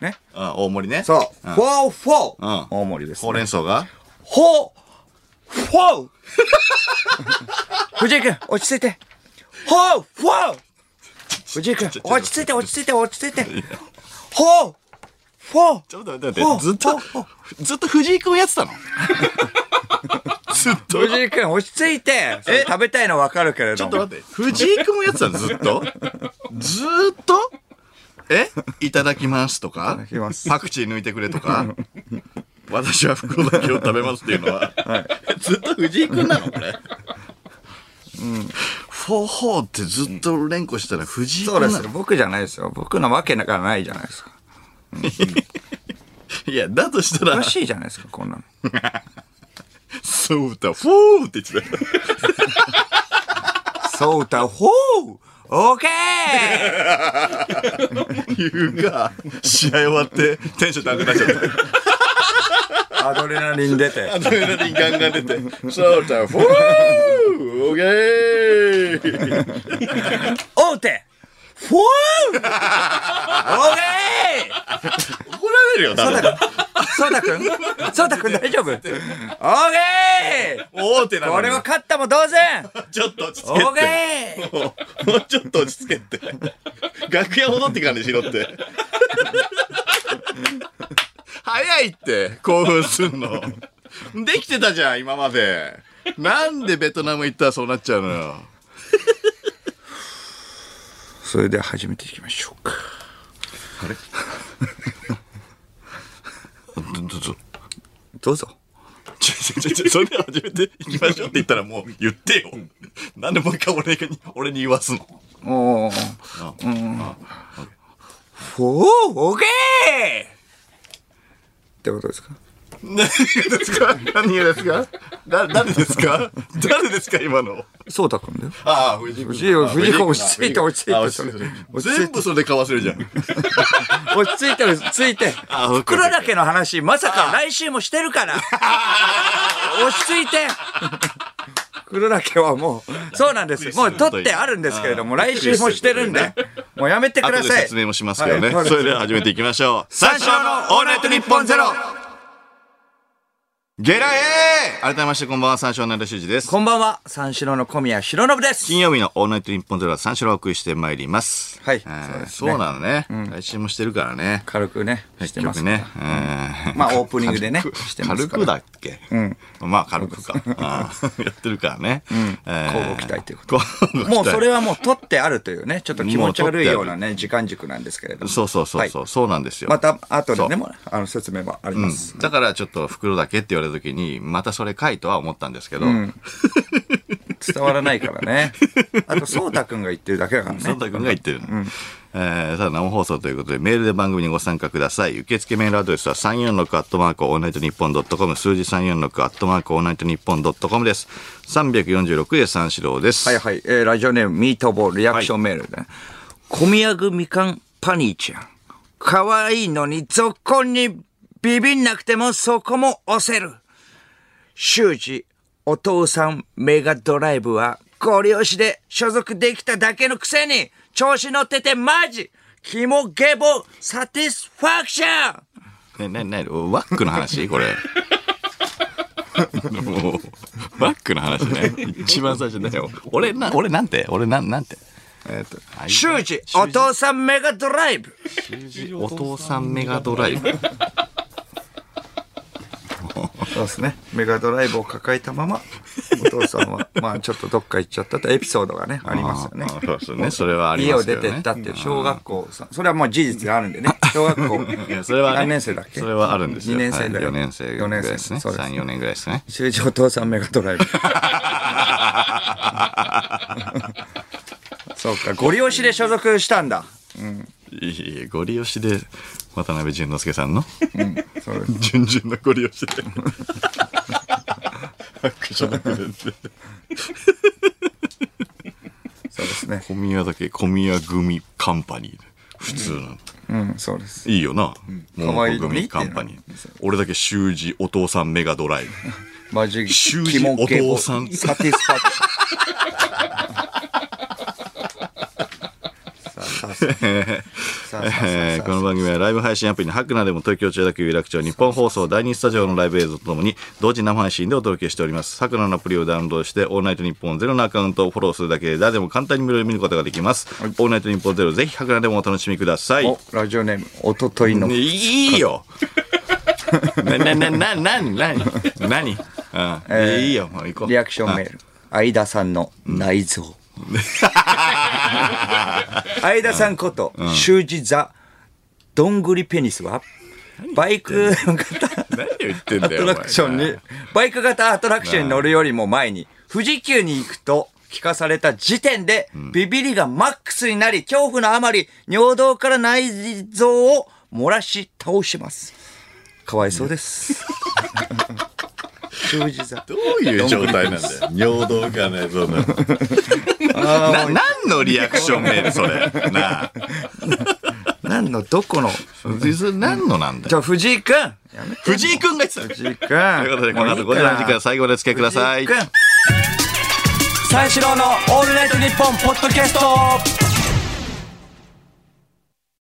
[SPEAKER 2] ーね。
[SPEAKER 1] あ、大盛りね。
[SPEAKER 2] そう。フォーフォ
[SPEAKER 1] うん
[SPEAKER 2] ー。大盛りです
[SPEAKER 1] ほ。うれん草が
[SPEAKER 2] フォーフォー藤井君、落ち着いて。フォーフォー藤井君、落ち着いて、落ち着いて、落ち着いて。フォーフォー
[SPEAKER 1] ちょっと待って
[SPEAKER 2] ほ
[SPEAKER 1] 待
[SPEAKER 2] う
[SPEAKER 1] って、ずっと
[SPEAKER 2] ほう、
[SPEAKER 1] ずっと藤井君やって たのずっと。
[SPEAKER 2] 藤井君、落ち着いて。それ食べたいの分かるけれども。
[SPEAKER 1] ちょっと待って、藤井君もやってたのずっ とずーっとえいただきますとか
[SPEAKER 2] だきます
[SPEAKER 1] パクチー抜いてくれとか私は袋だけを食べますっていうのは、ずっと藤井君なのこれ。フォーフォーってずっと連呼してたら藤井
[SPEAKER 2] そう
[SPEAKER 1] 君
[SPEAKER 2] で
[SPEAKER 1] な
[SPEAKER 2] すよ。僕じゃないですよ。僕のわけがないじゃないですか。
[SPEAKER 1] のいや、だとした
[SPEAKER 2] お
[SPEAKER 1] ら
[SPEAKER 2] か、しいじゃないですか、こんなの。
[SPEAKER 1] そうだ、フォーって言ってた。
[SPEAKER 2] そうだ、ほうオーケー
[SPEAKER 1] 言うが、試合終わってテンション高くなっちゃった。
[SPEAKER 2] アドレナリン出て。
[SPEAKER 1] トイレにガンガン出て、そうだ、フォーオーケー
[SPEAKER 2] オーテフォーオーケー
[SPEAKER 1] 怒られるよ、多分。
[SPEAKER 2] そうだくんそうだくん大丈夫オーケー
[SPEAKER 1] 大手なのに
[SPEAKER 2] これは勝ったも同然
[SPEAKER 1] ちょっと落ち着
[SPEAKER 2] オーケー
[SPEAKER 1] けもうもうちょっと落ち着けって楽屋戻ってからにしろって早いって興奮すんのできてたじゃん今までなんでベトナム行ったらそうなっちゃうのよ
[SPEAKER 2] それでは始めていきましょうか。どうぞ。
[SPEAKER 1] ちょちょちょそれでは始めていきましょうって言ったらもう言ってよなんでもう一回俺に俺に言わすの
[SPEAKER 2] おー。フォーオーケーってことですか
[SPEAKER 1] 何がですか何がですかだ誰ですか誰ですか今の
[SPEAKER 2] そうだくんだよ。
[SPEAKER 1] ああ、藤井君
[SPEAKER 2] 藤井君
[SPEAKER 1] ああ
[SPEAKER 2] 藤井君
[SPEAKER 1] 君
[SPEAKER 2] 落ち着いて落ち着いて
[SPEAKER 1] ああ
[SPEAKER 2] それ落ち着いて
[SPEAKER 1] 全部それでかわせるじゃん。
[SPEAKER 2] 落ち着いて落ち着いて。
[SPEAKER 1] あオッケー
[SPEAKER 2] 袋だけの話、まさか来週もして るから。落ち着いて。袋だけはもう、そうなんです。もう取ってあるんですけれども、来週もしてるんで。もうやめてくだ
[SPEAKER 1] 後で
[SPEAKER 2] さい
[SPEAKER 1] 説。明もしますけどね。
[SPEAKER 2] はい
[SPEAKER 1] それでは始めていきましょう。
[SPEAKER 2] 三四郎のオールナイトニッポンゼロ
[SPEAKER 1] ゲラヘー改めましてこんばんは、三四郎の成田修二です。
[SPEAKER 2] こんばんは、三四郎の小宮浩信です
[SPEAKER 1] 金。曜日のオールナイトニッポンゼロは三四郎をお送りしてまいります。
[SPEAKER 2] はい
[SPEAKER 1] えー
[SPEAKER 2] そうです
[SPEAKER 1] そ
[SPEAKER 2] ね
[SPEAKER 1] うなのね。来週もしてるからね。
[SPEAKER 2] 軽くね、してま
[SPEAKER 1] 結
[SPEAKER 2] す
[SPEAKER 1] 局
[SPEAKER 2] から
[SPEAKER 1] ね。うん
[SPEAKER 2] まあオープニングでね
[SPEAKER 1] 軽く
[SPEAKER 2] してますから
[SPEAKER 1] 軽くだっけまあ軽くか。ああやってるからね。えー
[SPEAKER 2] 交互期待というこ
[SPEAKER 1] 交互期待
[SPEAKER 2] もうそれはもう取ってあるというね、ちょっと気持ち悪いようなね、時間軸なんですけれども。
[SPEAKER 1] そうそうそうそう、
[SPEAKER 2] はい
[SPEAKER 1] そうなんですよ。
[SPEAKER 2] また、後で
[SPEAKER 1] そ
[SPEAKER 2] ね、もうあの、説明はあり
[SPEAKER 1] う
[SPEAKER 2] ま
[SPEAKER 1] ん
[SPEAKER 2] す。
[SPEAKER 1] だからちょっと袋だけって言われた時に、またそれかいとは思ったんですけど、
[SPEAKER 2] 伝わらないからね。あと、そうたくんが言ってるだけだから
[SPEAKER 1] サン
[SPEAKER 2] ね。
[SPEAKER 1] タ君が言ってるの。えーさあ生放送ということでメールで番組にご参加ください受付メールアドレスは346アットマークオールナイトニッポンドットコム数字346アットマークオールナイトニッポンドットコムです346で三四郎です、
[SPEAKER 2] はいはい。えーラジオネーム、ミートボール、リアクションメールで、ね。小宮具みかんパニーちゃん。可愛いのに、続婚にビビんなくても、そこも押せる。修二、お父さんメガドライブは、ご利用しで所属できただけのくせに、調子乗っててマジ肝ゲボサティスファクション
[SPEAKER 1] ねねねワックの話これ もうワックの話ね一番最初だよ俺な俺なんて俺なんなんてえっ、と
[SPEAKER 2] 修二、お父さんメガドライブ
[SPEAKER 1] お父さんメガドライブ。
[SPEAKER 2] そうですね。メガドライブを抱えた まま、お父さんは、まあちょっとどっか行っちゃったとエピソードがね、ありますよね。
[SPEAKER 1] あそうですね。それはあり
[SPEAKER 2] 家
[SPEAKER 1] ま
[SPEAKER 2] を
[SPEAKER 1] すけど
[SPEAKER 2] 出て
[SPEAKER 1] ね。
[SPEAKER 2] ったっていう小学校さん、それはもう事実があ るんでね。小学校、
[SPEAKER 1] いやそれはね、
[SPEAKER 2] 何年生だっけ
[SPEAKER 1] それはあるんですよ。
[SPEAKER 2] 2年生だ
[SPEAKER 1] はい
[SPEAKER 2] よ
[SPEAKER 1] 四年生ぐらいですね。
[SPEAKER 2] 四年生そうです
[SPEAKER 1] 3、4年ぐらいですね。
[SPEAKER 2] 修二お父さんメガドライ ブ。そうか、ご利用しで所属したんだ。
[SPEAKER 1] いいいいご利用しで、渡辺淳之介さんの、
[SPEAKER 2] うん、そうです。
[SPEAKER 1] 順々のご利用しで。ワック所属で
[SPEAKER 2] そうですね。
[SPEAKER 1] 小宮だけ小宮組カンパニーで普通なんだ、
[SPEAKER 2] うん、そうです。
[SPEAKER 1] いいよな、桃子
[SPEAKER 2] 可愛いのに
[SPEAKER 1] 組
[SPEAKER 2] って
[SPEAKER 1] カ
[SPEAKER 2] いう
[SPEAKER 1] ン
[SPEAKER 2] の
[SPEAKER 1] パニー俺だけ習字お父さんメガドライブ
[SPEAKER 2] マジ
[SPEAKER 1] 習字
[SPEAKER 2] 鬼門警報
[SPEAKER 1] お父 さん
[SPEAKER 2] サティスファクトリーさあさあさあさあさあ
[SPEAKER 1] えーこの番組はライブ配信アプリのハクナでも東京千代田区有楽町日本放送第2スタジオのライブ映像とともに同時生配信でお届けしております。ハクナのアプリをダウンロードしてオールナイトニッポンゼロのアカウントをフォローするだけで誰でも簡単に無料で見ることができます。オールナイトニッポンゼロぜひハクナでもお楽しみください。
[SPEAKER 2] おラジオネームおとといの
[SPEAKER 1] ねいいよな、な、な、な、な、なに何うんいいよ、もう行こう。
[SPEAKER 2] リアクションメール相田さんの内 臓相田さんこと習字座どんぐりペニスはバイク型
[SPEAKER 1] 何を言ってんだよ。
[SPEAKER 2] アトラクショ
[SPEAKER 1] お
[SPEAKER 2] ン
[SPEAKER 1] 前
[SPEAKER 2] に、バイク型アトラクションに乗るよりも前に、富士急に行くと聞かされた時点で、ビビりがマックスになり、恐怖のあまり、尿道から内臓を漏らし倒します。かわいそう です。習字座。
[SPEAKER 1] どういう状態なんだよ。 尿道がね、その。な、何のリアクションメール、それ。 なあ。
[SPEAKER 2] 何の、どこの。
[SPEAKER 1] それ何のなんだ
[SPEAKER 2] じ
[SPEAKER 1] よ。
[SPEAKER 2] ゃあ、藤井くんやめて。
[SPEAKER 1] 藤井くんが言ってた。
[SPEAKER 2] 藤井くん。と
[SPEAKER 1] ということで、この後5時の時間、最後までお付き合いください。
[SPEAKER 2] 三四郎のオールナイトニッポンポッドキャスト